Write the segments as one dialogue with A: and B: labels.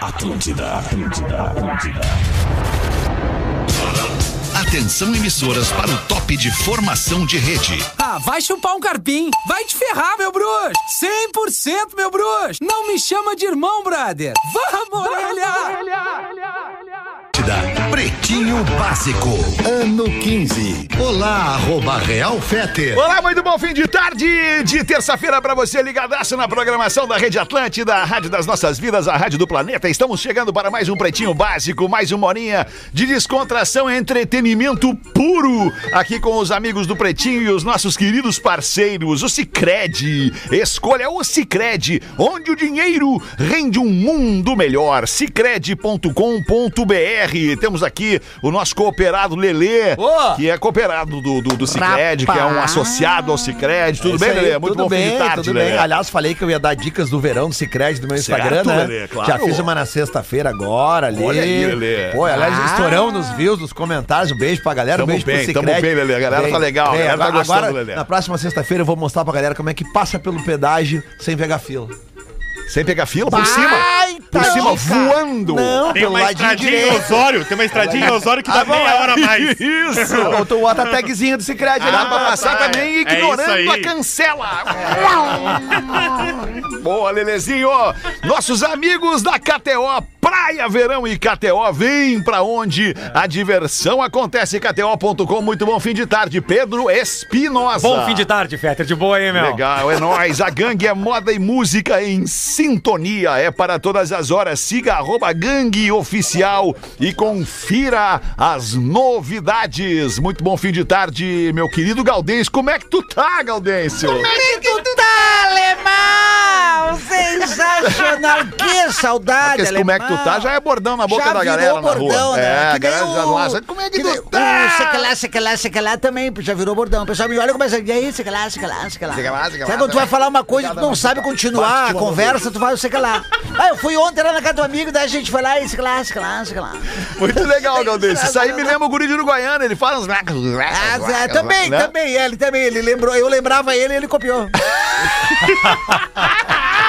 A: Atlântida, Atlântida, Atlântida.
B: Atenção emissoras para o top de formação de rede.
C: Ah, vai chupar um carpim. Vai te ferrar, meu bruxo. 100% meu bruxo. Não me chama de irmão, brother. Vamos, orelha.
B: Pretinho Básico, ano 15. Olá, arroba Real Fete.
D: Olá, muito bom fim de tarde de terça-feira pra você ligadaço na programação da Rede Atlântida, a Rádio das Nossas Vidas, a Rádio do Planeta. Estamos chegando para mais um Pretinho Básico, mais uma horinha de descontração e entretenimento puro aqui com os amigos do Pretinho e os nossos queridos parceiros, o Cicred. Escolha o Cicred, onde o dinheiro rende um mundo melhor. Cicred.com.br. Temos aqui o nosso cooperado Lelê,
E: Ô!
D: que é cooperado do, do, do Cicred, que é um
E: Rapaz.
D: associado ao Cicred. Tudo
E: É Isso
D: bem,
E: aí,
D: Lelê? É Muito
E: tudo
D: bom
E: bem,
D: fim de tarde,
E: tudo
D: Lelê.
E: bem. Aliás, falei que eu ia dar dicas do verão do Cicred do meu
D: Certo,
E: Instagram, né?
D: Lelê, claro.
E: Já fiz uma na sexta-feira agora ali.
D: Olha aí, Lelê.
E: Pô, aliás,
C: Ah.
E: estourão nos views, nos comentários. Um beijo pra galera,
D: Tamo
E: um beijo
D: bem,
E: pro
D: tamo
E: Cicred.
D: bem, Lelê. A galera tá legal, a
E: bem,
D: galera tá
E: agora-
D: gostando,
E: agora,
D: Lelê.
E: Na próxima sexta-feira eu vou mostrar pra galera como é que passa pelo pedágio sem pegar fila.
D: Sem pegar fila, por cima. Por
E: Tá
D: cima,
E: aí, cara.
D: voando.
E: Não,
F: Tem
E: pelo
F: uma
E: ladinho
F: estradinha em
E: direito.
F: Osório, tem uma estradinha em Osório
D: tá
F: que dá
E: Ah,
F: meia hora a mais.
D: Isso.
E: Ou tu bota a tagzinha do Cicred ali
D: Dá
E: pra
D: pra passar
F: tá.
D: também
F: É
D: ignorando
F: isso
D: a
F: aí.
D: cancela. Boa, Lelezinho. Nossos amigos da KTO, Praia Verão e KTO, vem pra onde a diversão acontece. KTO.com, muito bom fim de tarde. Pedro Espinosa.
G: Bom fim de tarde, Fetter. De boa, hein, meu?
D: Legal, é nóis. A gangue é moda e música em sintonia. É para todas as horas. Siga arroba gangue oficial e confira as novidades. Muito bom fim de tarde, meu querido Gaudense. Como é que tu tá, Gaudense?
C: Tá, alemão. Sensacional. Que saudade,
D: Porque esse como é que tu tá já é bordão na boca
C: Já
D: da
C: virou
D: galera na
C: bordão,
D: rua.
C: né?
D: É, a
C: Que nem
D: galera já
C: o-
D: não acha. Como é que,
C: que Uh, nem
D: tu
C: o
D: tá?
C: sei que lá, sei que lá, sei que lá também, pô, já virou bordão. O pessoal me olha e começa, e aí, sei que lá, sei que lá, sei que lá.
D: Sei que lá, sei que lá,
C: Sabe quando tu vai falar uma coisa e tu não sabe continuar a conversa, tu vai, sei que lá. Ah, eu fui ontem lá na casa do amigo, daí a gente foi lá e sei que lá, sei que lá, sei que lá.
D: Muito legal, Gaudense. Isso aí me lembra o guri de Uruguaiana. Ele fala uns...
C: Ah, ah, também,
D: Né?
C: também, ele também, ele lembrou, eu lembrava ele e ele copiou.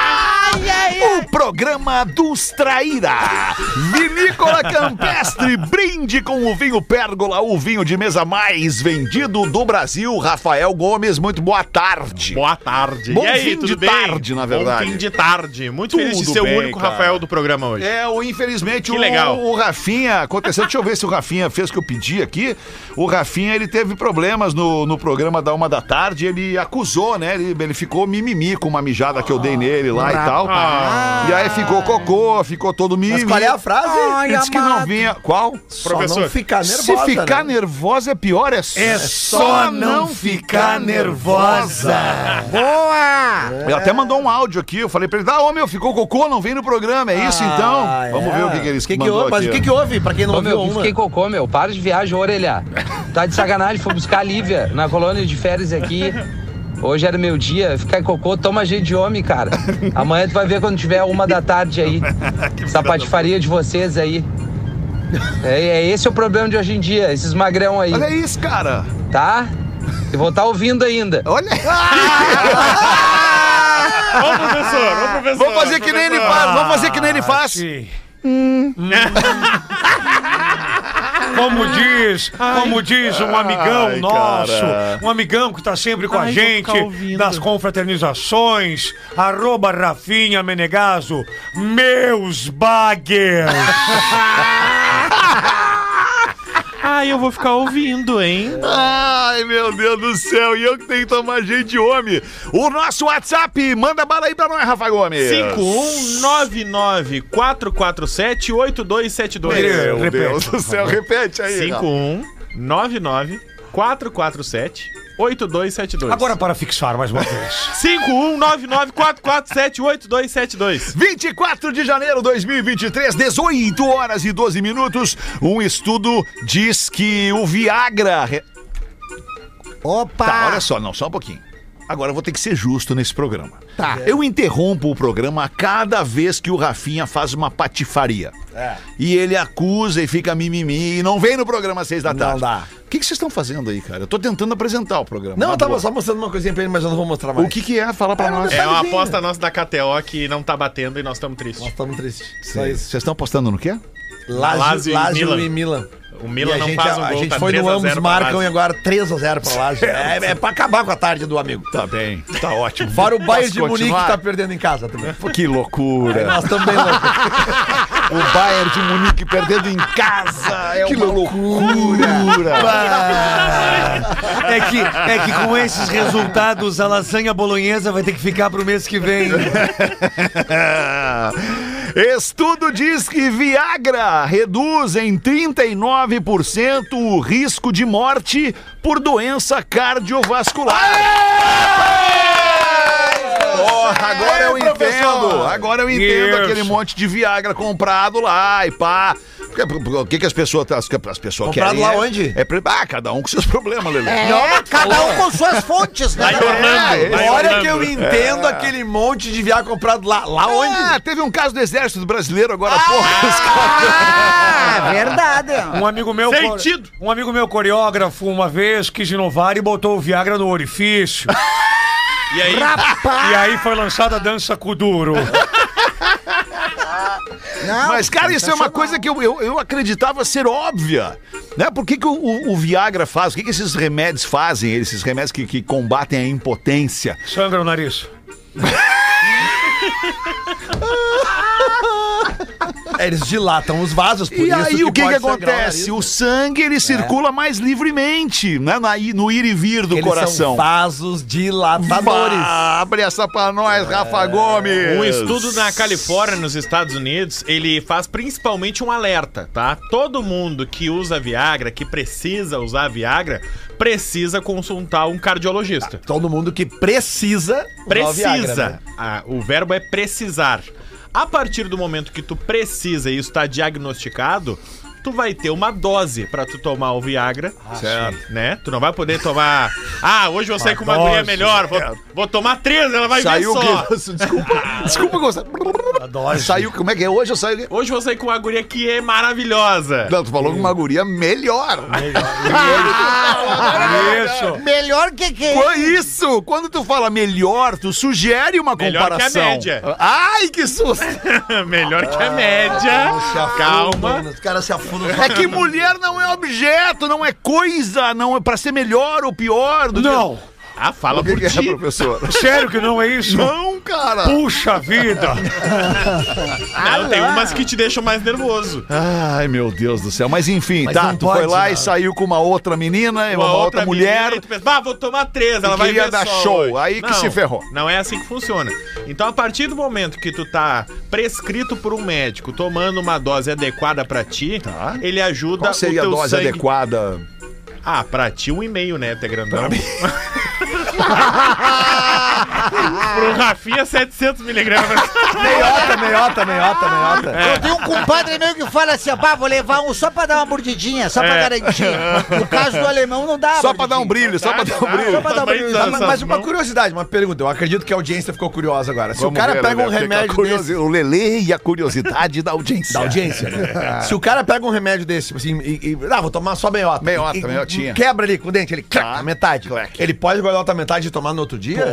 D: O programa dos Traíra. Vinícola Campestre, brinde com o vinho Pérgola, o vinho de mesa mais vendido do Brasil. Rafael Gomes, muito boa tarde.
F: Boa tarde.
D: Bom
F: e aí,
D: fim
F: tudo
D: de
F: bem?
D: tarde, na verdade.
F: Bom fim de tarde. Muito feliz de
D: Tudo
F: ser
D: bem,
F: o único
D: cara.
F: Rafael do programa hoje.
D: É, o, infelizmente
F: Que
D: o,
F: legal.
D: o Rafinha aconteceu. Deixa eu ver se o Rafinha fez o que eu pedi aqui. O Rafinha ele teve problemas no, no programa da uma da tarde. Ele acusou, né? Ele, ele ficou mimimi com uma mijada que eu dei nele lá e tal.
F: Ah.
D: E aí ficou cocô, ficou todo mimimi.
E: Mas qual é a frase?
C: Ai,
D: Ele disse que não
C: amado.
D: vinha. Qual?
E: Só não
F: Professor,
E: ficar nervosa,
D: Se ficar
E: né?
D: nervosa é pior, é,
F: É
E: só não ficar nervosa.
C: Boa!
D: Ele até mandou um áudio aqui, eu falei pra ele, ah, ô meu, ficou cocô, não vem no programa, é isso então?
E: Ah,
D: Vamos
E: é.
D: ver o que, que eles
E: que que
D: mandou
E: houve? Mas o
D: aqui.
E: que, que houve? Pra quem não
H: Ô,
E: ouviu
H: meu,
E: uma.
H: fiquei cocô, meu. Para de viagem, ô, orelha. Tá de sacanagem, fui buscar a Lívia na colônia de férias aqui. Hoje era meu dia, ficar em cocô, toma jeito de homem, cara. Amanhã tu vai ver quando tiver uma da tarde aí. Essa patifaria de vocês aí. É, é esse o problema de hoje em dia, esses magrão aí,
D: Olha isso, cara.
H: tá? Eu vou estar ouvindo ainda.
D: Olha. Ah,
F: ô professor, ô professor.
D: É. Vamos fazer que nem ele
F: professor.
D: faz,
G: Ah,
D: vamos fazer que nem ele faz.
F: Hum.
G: Como diz, como diz um amigão
D: ai,
G: nosso,
D: cara.
G: um amigão que tá sempre com a gente nas confraternizações, arroba Rafinha Menegaso, meus baggers.
F: Ah, eu vou ficar ouvindo, hein?
D: Ai, meu Deus do céu, e eu que tenho que tomar jeito de homem. O nosso WhatsApp, manda bala aí pra nós, Rafa Gomes. um Meu
F: 5199-447-8272.
D: Deus do céu, repete aí. Rafa.
F: 5199-447-8272.
G: Agora para fixar mais uma vez.
F: 5199-447-8272.
D: 24 de janeiro de 2023, 18 horas e 12 minutos. Um estudo diz que o Viagra. re-
C: Opa!
D: Tá, olha só, não, só um pouquinho. Agora eu vou ter que ser justo nesse programa. Tá. Eu interrompo o programa a cada vez que o Rafinha faz uma
E: É.
D: patifaria. E ele acusa e fica mimimi e não vem no programa às seis da tarde.
E: dá.
D: O que, que vocês estão fazendo aí, cara? Eu tô tentando apresentar o programa.
E: Não,
D: na
E: eu tava
D: boa.
E: só mostrando uma coisinha pra ele, mas eu não vou mostrar mais.
D: O que que é? Fala pra nós.
F: É uma
E: Sabe,
F: aposta nossa da KTO que não tá batendo e nós estamos tristes.
E: Nós estamos tristes. Só
D: É. Vocês
E: isso.
D: estão apostando no quê?
E: Lazio,
F: Lazio e
E: Lazio
F: Milan.
E: e Milan.
F: O Milan
E: e a
F: não
E: gente,
F: faz
E: a-
F: um
E: a
F: gol,
E: gente
F: tá
E: foi
F: 3
E: no
F: a
E: ambos
F: 0 pra
E: marcam
F: Lazio.
E: e agora 3x0 pra Lazio. É, é pra acabar com a tarde do munigo.
D: Tá bem, tá ótimo.
E: Fora o Bayern
D: Posso
E: de Munique que
D: continuar?
E: tá perdendo em casa também.
D: Que loucura.
E: Nós estamos bem loucos.
D: O Bayern de Munique perdendo em casa. É
E: Que
D: uma loucura.
G: É que, é que com esses resultados, a lasanha bolonhesa vai ter que ficar pro mês que vem.
D: Estudo diz que Viagra reduz em 39% o risco de morte por doença cardiovascular. Porra, agora eu entendo. Agora eu entendo
G: Isso.
D: aquele monte de Viagra comprado lá e pá. Porque- porque- O que, que as pessoas as, as pessoas
E: Comprado
D: querem?
E: lá
D: é-
E: onde?
D: É, pre- ah, cada um com seus problemas, Lelê.
I: É,
E: cada um com suas fontes, né?
F: Lá em Orlando, lá em
E: Olha
F: Orlando.
E: que eu entendo aquele monte de viagem comprado lá. Lá
D: Ah,
E: onde?
D: teve um caso do exército brasileiro agora, porra. os caras-
I: Ah, verdade.
G: Um amigo meu.
F: Sentido.
G: Um amigo meu coreógrafo uma vez quis inovar e botou o Viagra no orifício.
F: E aí,
G: e aí foi lançada a dança Kuduro.
I: Não,
D: Mas, cara, isso é uma coisa que eu, eu, eu acreditava ser óbvia. Né? Por que, que o, o- o Viagra faz? O que, que esses remédios fazem? Esses remédios que, que combatem a impotência.
G: Sangra o nariz.
E: É, Eles dilatam os vasos, por
D: e
E: isso
D: aí, o que, que
E: pode sangrar
D: acontece? O
E: nariz.
D: sangue
E: É.
D: ele circula mais livremente né? Na, i- no ir e vir do
E: Eles são
D: coração.
E: vasos dilatadores.
D: Bah, Abre essa pra nós,
E: É.
D: Rafa Gomes.
F: um estudo na Califórnia, nos Estados Unidos, ele faz principalmente um alerta, tá? Todo mundo que usa Viagra, que precisa usar Viagra, precisa consultar um cardiologista.
E: Todo mundo que precisa. Ah, usar o Viagra, né?
F: Precisa. Ah, o verbo é precisar. A partir do momento que tu precisa e isso está diagnosticado, tu vai ter uma dose pra tu tomar o Viagra,
E: Ah,
F: certo. né? Tu não vai poder tomar. Ah, hoje eu saí com uma
G: dose,
F: guria
E: né?"
F: melhor, vou, vou tomar três, ela vai
D: Saiu
F: ver
D: que...
F: só.
D: Desculpa, desculpa, Gonçalo. Saiu, como é que é? Hoje eu saio...
F: Hoje eu saí com uma guria que é maravilhosa.
D: Não, tu falou com uma guria melhor.
G: Isso.
I: Melhor que quem?
D: Pô, isso! Quando tu fala melhor, tu sugere uma
F: Melhor
D: comparação.
F: que a média.
D: Ai, que susto!
F: melhor que a média.
D: Ah,
F: Calma.
E: Os caras se afundam.
D: É que mulher não é objeto, não é coisa, não é para ser melhor ou pior do
G: Não.
F: Ah, fala
D: que... O
F: por
D: que, que é,
F: ti.
D: professor?
G: Sério que não é isso?
D: Não, cara!
G: Puxa vida!
F: Não,
D: Ah,
F: tem umas que te deixam mais nervoso.
D: Ai, meu Deus do céu. Mas enfim, tá,
E: não
D: tu
E: pode,
D: foi lá
E: né?
D: e saiu com uma outra menina, É uma, outra, mulher.
F: menina, e tu pensa, ah, vou tomar três, ela
D: E
F: vai
D: queria
F: ver
D: dar
F: só
D: show,
F: hoje."
D: aí que se ferrou.
F: Não é assim que funciona. Então, a partir do momento que tu tá prescrito por um médico, tomando uma dose adequada pra ti,
D: Tá.
F: ele ajuda
D: Qual seria
F: o
D: a
F: teu
D: dose
F: sangue.
D: adequada?
F: Ah, pra ti um e-mail, né, até grandão. Pra mim. Pro Rafinha, 700 miligramas.
E: Meiota, meiota, meiota, meiota.
I: Eu tenho um compadre meu que fala assim, ó, pá, vou levar um só pra dar uma mordidinha, só pra
F: É.
I: garantir. No caso do alemão não dá
D: Só pra dar um
I: mordidinha.
D: brilho, só pra dar um
F: Tá,
D: brilho.
F: tá.
E: Mas,
F: Também
E: mas-
F: dança
E: mas
F: as
E: uma
F: mãos.
E: curiosidade, uma pergunta. Eu acredito que a audiência ficou curiosa agora. Se
D: Vamos
E: o cara
D: ver, Lelé,
E: pega um
D: o que que a
E: remédio
D: curiosi-
E: desse,
D: O Lelê e a curiosidade da audiência.
E: da audiência, né? Se o cara pega um remédio desse, tipo assim, e, e- ah, vou tomar só meiota.
D: Meiota,
E: E- e-
D: meiotinha.
E: Quebra ali com o dente, ele clac,
D: Tá.
E: na metade.
D: Clac.
E: Ele pode guardar outra metade e tomar no outro dia?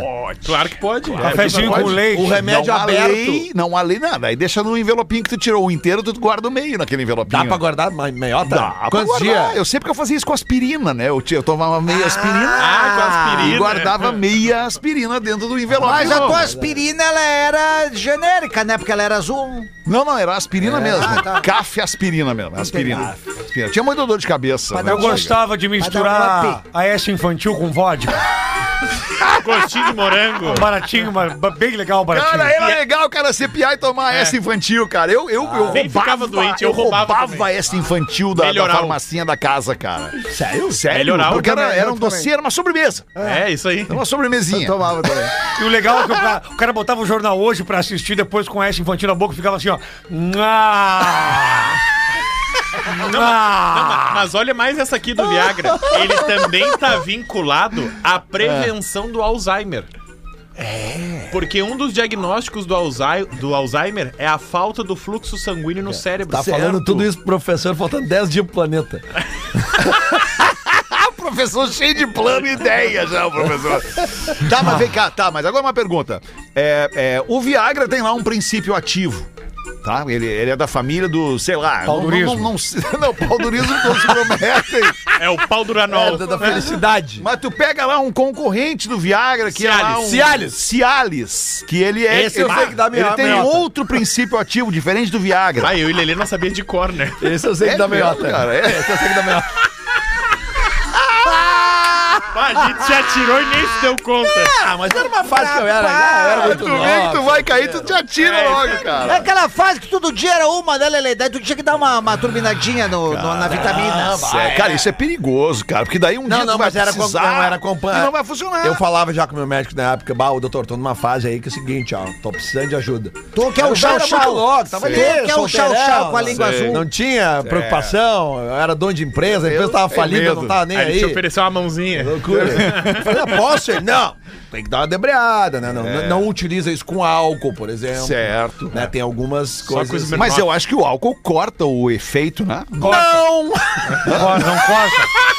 F: claro que pode.
G: Cafézinho
D: Pode?
G: com leite.
E: O remédio
D: não
E: aberto.
D: Há lei, não há lei nada. Aí deixa no envelopinho que tu tirou o inteiro, tu guarda o meio naquele envelopinho.
E: Dá pra guardar ma- meiota?
D: Dá pra
E: Quantos
D: guardar.
E: dias?
D: Eu sempre que eu fazia isso com aspirina, né? Eu, ti- eu tomava meia aspirina
F: Ah, com aspirina.
D: e guardava meia aspirina dentro do envelope.
I: Mas a tua aspirina, ela era genérica, né? Porque ela era azul.
D: Não, não, era aspirina mesmo. Café aspirina mesmo. Aspirina. Aspirina. Tinha muita dor de cabeça. né?
E: um
G: Eu gostava de
I: Vai dar um
G: misturar
I: up.
G: a essa infantil com vodka.
F: Gostinho de morango.
G: Baratinho, mas ba- bem legal, baratinho.
D: Cara, era legal, cara, ser piá e tomar essa infantil, cara. Eu, eu, eu
F: É. Ah, Nem
D: roubava,
F: ficava doente, eu roubava também.
D: essa infantil da, da
F: Melhoral.
D: farmacinha da casa, cara. Sério? Sério?
F: Melhoral
D: Porque era,
F: também,
D: era um doce, era uma sobremesa.
F: É, isso aí.
D: Era uma sobremesinha.
E: Tomava também.
G: E o legal é que o cara, o cara botava o jornal hoje pra assistir, depois com essa infantil na boca ficava assim, ó.
E: Ah!
G: Nha! Nha!
F: Mas olha mais essa aqui do Viagra. Ele também tá vinculado à prevenção do Alzheimer. É. Porque um dos diagnósticos do, Alzhei- do Alzheimer é a falta do fluxo sanguíneo no cérebro.
E: Tá falando tudo isso pro professor, faltando 10 dias pro planeta.
D: Ah, professor cheio de plano e ideia já, o professor. Tá, mas vem cá, tá, mas agora uma pergunta. É, é, o Viagra tem lá um princípio ativo. Tá? Ele, ele é da família do, sei lá, Não,
G: Paldurismo.
D: não, não, se- não, paldurismo não se prometem.
F: É o pau do
G: Ah!
F: Ranol.
E: Merda da felicidade.
D: Mas tu pega lá um concorrente do Viagra, que é lá um...
E: Cialis.
D: Cialis, que ele é...
E: Esse eu sei que dá
D: Ele
E: melhor-
D: tem
E: melhor.
D: outro princípio ativo, diferente do Viagra.
F: Ah, eu e Lelê não sabia de cor, né?
E: Esse eu sei que
D: É
E: dá
D: mesmo,
E: meiota.
D: cara, é.
E: Esse eu sei que dá meiota.
F: Ah, a gente já tirou e nem se deu conta.
E: Ah, mas era uma fase que eu era. ah, Eu era
D: tu
E: muito
D: vê que tu
E: novo.
D: vai cair, tu te atira logo,
I: É
D: cara.
I: aquela fase que todo dia era uma, né, Lele? Daí tu tinha que dar uma, uma turbinadinha no, no- na vitamina.
D: É, cara, isso é perigoso, cara, porque daí um
E: Não,
D: dia
E: não,
D: tu vai
E: mas era com-
D: precisar
E: não, era acompanha-
D: e não vai funcionar.
E: Eu falava já com meu médico na época, bah, o doutor, tô numa fase aí que é o seguinte, ó, tô precisando de ajuda.
I: Tu que é
E: Era
I: o chau
E: cara muito
I: chau.
E: louco,
I: Tu
E: tava ali,
I: que é o chau
E: solteirão,
I: chau com a língua
D: sei.
I: azul.
E: Não tinha preocupação, eu era dono de empresa, a empresa tava falida, eu não tava tá nem
F: Aí ele
E: aí.
F: te ofereceu uma mãozinha.
E: Loucura. Eu Falei, ah, posso? Ele, não, tem que dar uma debreada, né? Não, não utiliza isso com álcool, por exemplo.
D: Certo.
E: Né? Tem algumas coisas...
F: com os
E: assim.
F: mer-
D: Mas eu acho que o álcool corta o efeito, né?
E: Não!
G: Ó, Não corta.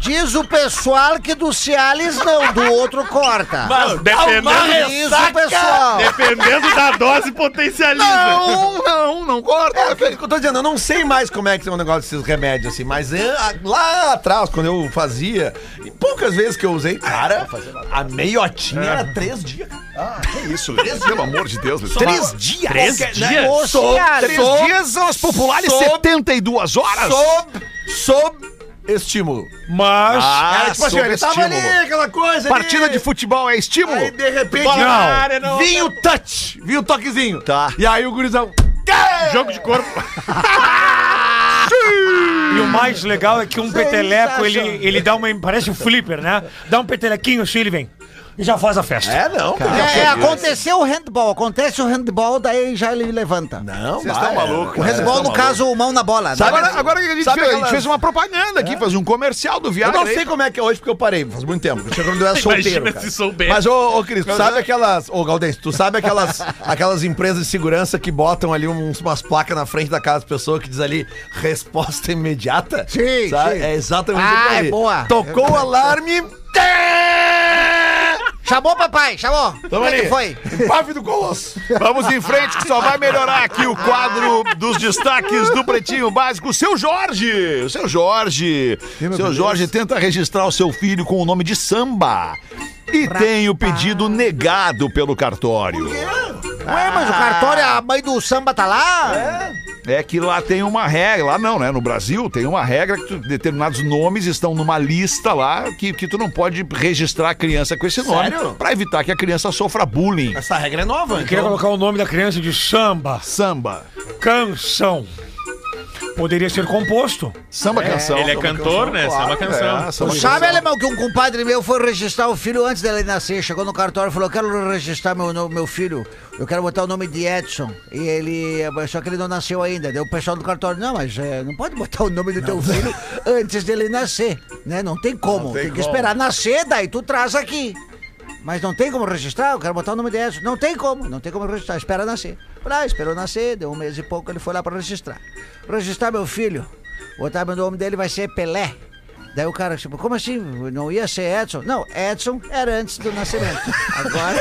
I: Diz o pessoal que do Cialis não, do outro corta.
F: Mas dependendo,
I: Diz o pessoal.
F: dependendo da dose,
E: é
F: potencializa.
E: Não, não, não corta. É, é, o que eu tô dizendo, eu não sei mais como é que é um negócio desses remédios assim, mas eu, a- lá atrás, quando eu fazia, e poucas vezes que eu usei, cara, a meiotinha era três dias. cara.
D: Isso, pelo amor de Deus.
E: Três dias?
F: Três
E: Qualquer-
F: dias?
D: Né?
E: Ô, sou-
I: Cialis.
E: três
D: Três
E: dias
D: dias são as populares,
E: sob-
D: 72 horas.
E: sob, sob estímulo.
G: Mas.
D: Ah,
E: Era tipo assim, ele tava
D: subestímulo.
E: ali, aquela coisa ali.
D: Partida de futebol é estímulo?
E: Aí, de repente,
F: Bola na
E: não.
F: área, não.
E: vinha o touch, vinha o toquezinho. Tá. E aí o gurizão...
F: Jogo de corpo.
E: Ah!
G: E o mais legal é que um peteleco, ele, ele dá uma. Parece um flipper, né? Dá um petelequinho assim, ele vem. E já faz a festa.
E: É, não, cara.
I: É, é, aconteceu o handball, acontece o handball, daí já ele levanta.
E: Não,
D: Vocês
E: vai,
D: estão
E: é.
D: malucos.
I: o
D: né?
I: handball, no
F: tá
I: caso, mão na bola.
E: Sabe-
I: né?
D: Agora, agora que a gente,
E: Sabe
D: fez, a gente
E: aquela-
D: fez uma propaganda aqui, fez um comercial do
E: É? Eu
D: Viagra.
E: não
D: aí.
E: sei como é que é hoje, porque eu parei, faz muito tempo. Eu tinha quando eu era solteiro,
F: Imagina
E: cara.
F: se souber.
E: Mas, ô, ô Cris, tu sabe aquelas... Ô, Galdense, tu sabe aquelas, aquelas empresas de segurança que botam ali uns- umas placas na frente da casa da pessoa que diz ali, resposta imediata?
I: Sim,
E: Sabe?
I: sim.
E: É exatamente
I: Ah,
E: aquilo ali.
I: é boa.
E: Tocou o alarme...
I: Chamou, papai, chamou. Como é que
E: ali.
I: foi?
E: Pave do Colosso.
D: Vamos em frente que só vai melhorar aqui o quadro dos destaques do Pretinho Básico. Seu Jorge! Seu Jorge! Seu Jorge tenta registrar o seu filho com o nome de Samba. E tem o pedido negado pelo cartório.
I: Ué, mas o cartório, a mãe do samba tá lá?
D: É que lá tem uma regra, lá não, né? No Brasil tem uma regra que tu- determinados nomes estão numa lista lá que, que tu não pode registrar a criança com esse nome
E: Sério?
D: pra evitar que a criança sofra bullying.
E: Essa regra é nova,
G: Queria
E: então.
G: colocar o nome da criança de samba,
D: Samba.
G: canção. Poderia ser composto.
D: Samba canção.
F: Ele é cantor, né? Samba canção.
D: É, samba
I: Tu
D: canção.
I: sabe, alemão, que um compadre meu foi registrar o filho antes dele nascer. Chegou no cartório e falou: Eu quero registrar meu, no- meu filho. Eu quero botar o nome de Edson. E ele. Só que ele não nasceu ainda. Daí o pessoal do cartório: Não, mas eh, não pode botar o nome do teu filho antes dele nascer. Né? Não tem como. tem que esperar nascer, daí tu traz aqui. Mas não tem como registrar, eu quero botar o nome de Edson. Não tem como, não tem como registrar, espera nascer. Foi lá, esperou nascer, deu um mês e pouco, ele foi lá pra registrar. Registrar meu filho, botar meu nome dele vai ser Pelé. Daí o cara, tipo, como assim? Não ia ser Edson? Não, Edson era antes do nascimento. Agora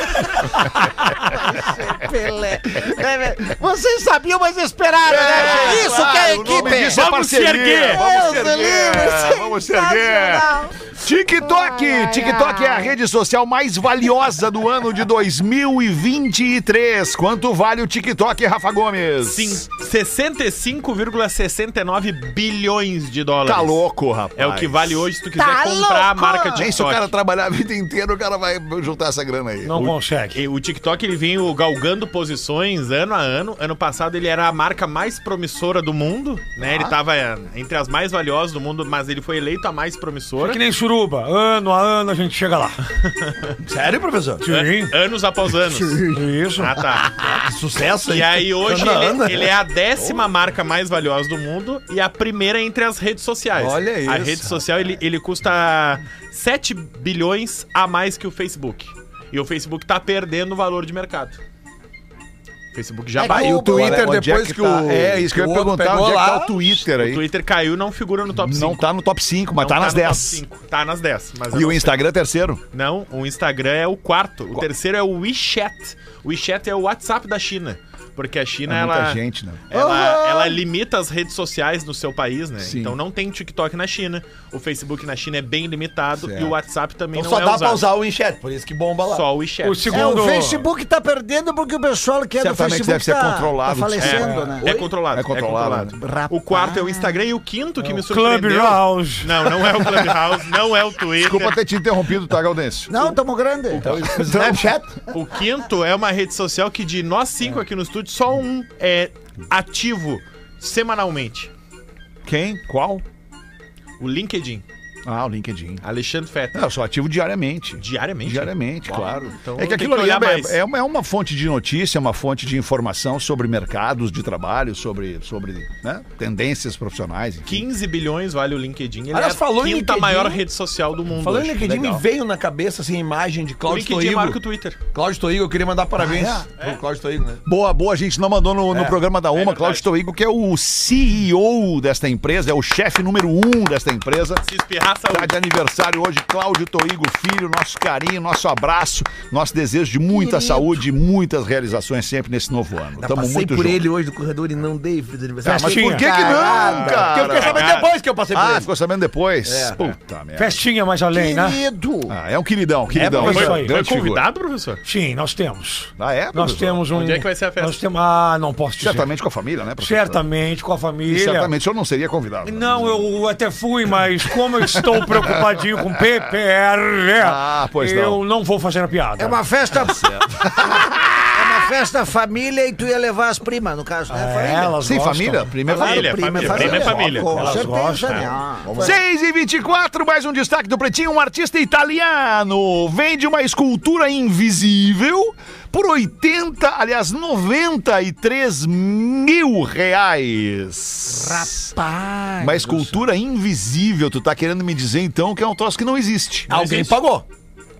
I: vai ser Pelé. É, né? Vocês sabiam, mas esperaram, né? Isso que é
D: claro, o nome
I: equipe!
D: disso é
F: Vamos se
D: parceria,
F: erguer.
D: Vamos se
I: Deus me
D: erguer!
I: livre,
D: Vamos se erguer!
I: sensacional.
D: TikTok!
I: Ai, ai,
D: TikTok é a
I: ai.
D: rede social mais valiosa do ano de 2023. Quanto vale o TikTok, Rafa Gomes?
F: Sim, 65,69 bilhões de dólares.
D: Tá louco, rapaz.
F: É o que vale hoje se tu quiser
I: Tá
F: comprar a
I: louco.
F: marca
D: Nem se o
F: TikTok.
D: cara trabalhar a vida inteira, o cara vai juntar essa grana aí.
G: Não consegue.
F: E O TikTok ele vem galgando posições ano a ano. Ano passado ele era a marca mais promissora do mundo, né?
D: Ah.
F: Ele tava é, entre as mais valiosas do mundo, mas ele foi eleito a mais promissora.
G: É Que nem suruba. Ano a ano a gente chega lá.
E: Sério, professor?
G: Sim.
F: An- anos após anos.
G: Isso.
F: Ah, tá.
E: Que sucesso,
F: E aí hoje
E: Ana, Ana.
F: ele, ele é a décima marca mais valiosa do mundo e a primeira entre as redes sociais.
E: Olha
F: A
E: isso.
F: rede social ele, ele custa 7 bilhões a mais que o Facebook. E o Facebook tá perdendo o valor de mercado. Facebook já baiu.
E: o Twitter,
D: Onde é
E: depois que,
D: tá?
E: o.
D: É, isso que eu ia
E: o outro
D: perguntar.
E: pegou
D: Onde é que
E: lá,
D: tá o Twitter
F: O
D: aí?
F: Twitter caiu e não figura no top 5.
D: Não tá no top 5, mas
F: Não
D: tá nas
F: no top
D: 10.
F: cinco. Tá nas 10. Mas eu
D: E
F: não
D: o
F: sei.
D: Instagram é terceiro.
F: Não, o Instagram é o quarto. O terceiro é o WeChat. O WeChat é o WhatsApp da China. Porque a China,
D: É
F: ela.
D: muita gente, né?
F: Ela, ela limita as redes sociais no seu país, né?
D: Sim.
F: Então não tem TikTok na China. O Facebook na China é bem limitado
D: Certo.
F: e o WhatsApp também
E: Então
F: não
E: só
F: é
E: dá
F: usado.
E: pra usar o enxerto, por isso que bomba lá.
F: Só o WeChat.
G: O
I: É,
G: segundo.
I: o Facebook tá perdendo porque o pessoal que é do
D: Certamente
I: Facebook
D: deve ser
I: tá,
D: controlado,
I: tá falecendo, né?
F: é, é controlado.
D: É controlado, É
I: Rapaz.
F: O quarto é o Instagram e o quinto que me surpreendeu.
G: Clubhouse.
F: Não, não é o Clubhouse, não é o Twitter.
D: Desculpa ter te interrompido, tá, Gaudêncio?
I: Não, tamo grande.
E: Snapchat?
F: O quinto é uma rede social que de nós cinco aqui no estúdio, só um é ativo semanalmente.
D: Quem? Qual?
F: O LinkedIn.
D: Ah, o LinkedIn.
F: Alexandre Feta.
D: Não, eu sou ativo diariamente.
F: Diariamente?
D: Diariamente, claro.
F: então
D: é que
F: tem
D: aquilo
F: que
D: ali
F: olhar mais.
D: é, é uma, é uma fonte de notícia, uma fonte de informação sobre mercados de trabalho, sobre, sobre né, tendências profissionais. enfim.
F: 15 bilhões vale o LinkedIn. Ele
E: Aliás,
F: é
E: falou
F: a
E: em
F: quinta
E: LinkedIn-
F: maior rede social do mundo.
E: Falando em
F: hoje.
E: LinkedIn, me
F: um Legal.
E: veio na cabeça assim, a imagem de
F: o
E: Cláudio
F: LinkedIn é maior que o
E: Toigo.
F: Twitter.
E: Cláudio Toigo, eu queria mandar parabéns pro Cláudio Toigo, né?
D: Boa, boa, a gente não mandou no, no programa da UMA,
F: verdade.
D: Cláudio Toigo, que é o CEO desta empresa, é o chefe número um desta empresa.
F: Se espirrar,
D: Tá
F: saúde.
D: de aniversário hoje, Cláudio Toigo Filho, nosso carinho, nosso abraço, nosso desejo de muita saúde e muitas realizações sempre nesse novo ano. Tamo muito junto.
E: hoje no corredor e não dei feliz aniversário.
D: Ah, mas por que, que não,
E: Caraca. Porque eu
D: cara?
E: fiquei sabendo depois que eu passei por
D: Ah,
E: ele.
D: ficou sabendo depois? Puta merda.
G: Festinha mais além, né?
I: Querido.
D: Ah, é um queridão, queridão.
G: foi-
D: Grande
G: foi
D: figura.
F: Foi é convidado, professor?
G: Sim, nós temos.
D: Ah, é?
G: Nós
D: professor?
G: temos um.
F: Onde é que vai ser a festa?
G: Nós temos... Ah, não posso dizer.
D: Certamente com a família, né, professor?
G: Certamente, com a família.
D: Certamente, o senhor não seria convidado. né?
G: Não, eu até fui, mas como eu estou preocupadinho com PPR,
D: Ah, pois não.
G: é, eu não vou fazer a piada.
I: É uma festa. é uma festa família e tu ia levar as primas, no caso, né?
G: É,
I: Família.
G: elas
D: Sem
G: gostam.
D: família? Primeira
I: Claro,
D: família.
F: Família,
I: prima,
F: família,
I: família.
F: prima é família.
I: Com
G: Elas
I: certeza,
G: gostam.
I: né? Ah,
D: 6 e 24 mais um destaque do Pretinho. Um artista italiano vende uma escultura invisível por 80, aliás, 93 mil reais.
I: Rapaz.
D: Uma escultura invisível, tu tá querendo me dizer então que é um troço que não existe.
E: Alguém pagou.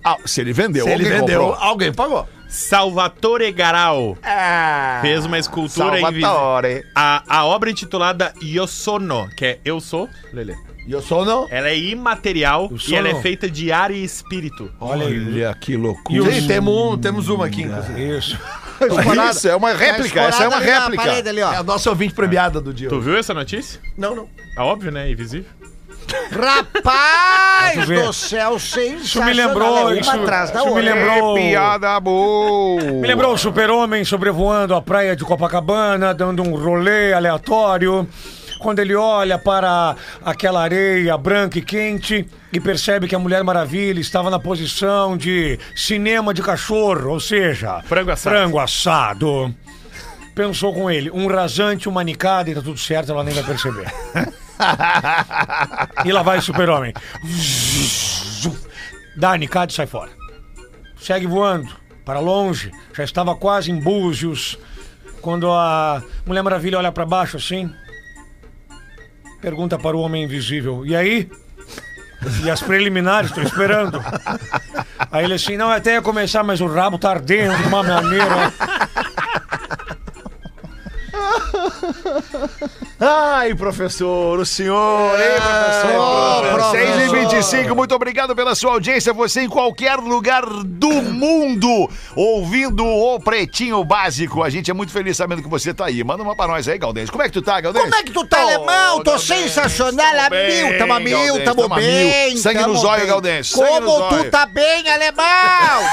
D: Ah, se ele vendeu,
E: Se ele
D: alguém
E: vendeu,
D: comprou.
E: alguém pagou.
F: Salvatore Garal
I: Ah,
F: fez uma escultura invisível.
D: Salvatore.
F: A, a obra intitulada Io Sono, que é Eu Sou, Lelê.
E: E eu sou não.
F: Ela é imaterial e
G: sono.
F: ela é feita de ar e espírito.
G: Olha aí.
D: Olha que
E: E
D: loucura.
E: Sim, temos, um, temos uma aqui, inclusive.
G: Isso.
D: Isso, é uma réplica, essa é uma réplica.
I: Ali, ó.
E: É a nossa ouvinte premiada do dia. Tá.
F: Tu viu essa notícia?
E: Não, não.
F: É óbvio, né? Invisível.
I: Rapaz
G: ver.
I: do céu, sensacional.
G: Isso me lembrou.
I: É uma
G: Isso,
I: atrás da
G: isso me
I: outra.
G: lembrou.
D: boa.
G: Me lembrou o super-homem sobrevoando a praia de Copacabana, dando um rolê aleatório. Quando ele olha para aquela areia branca e quente e percebe que a Mulher Maravilha estava na posição de cinema de cachorro, ou seja,
F: Frango assado.
G: frango assado. Pensou com ele, um rasante, uma nicada e tá tudo certo, ela nem vai perceber. e lá vai o super-homem. Dá a nicada e sai fora segue voando para longe. Já estava quase em Búzios quando a Mulher Maravilha olha para baixo assim. Pergunta para o homem invisível: E aí? E as preliminares, estou esperando. Aí ele assim: Não, até ia começar, mas o rabo tá ardendo de uma maneira.
D: Ai, professor, o senhor, hein, professor? 6 e 25 muito obrigado pela sua audiência. Você em qualquer lugar do mundo ouvindo o Pretinho Básico. A gente é muito feliz sabendo que você tá aí. Manda uma pra nós aí, Galdêncio. Como é que tu tá, Galdêncio?
I: Como é que tu tá, alemão? Tô sensacional, a mil, tamo a mil,
D: Galdêncio,
I: tamo,
D: tamo a
I: bem.
D: mil. Sangue
I: tamo
D: nos olhos,
I: bem.
D: Galdêncio, sangue nos
I: Como
D: olhos.
I: tu tá bem, alemão?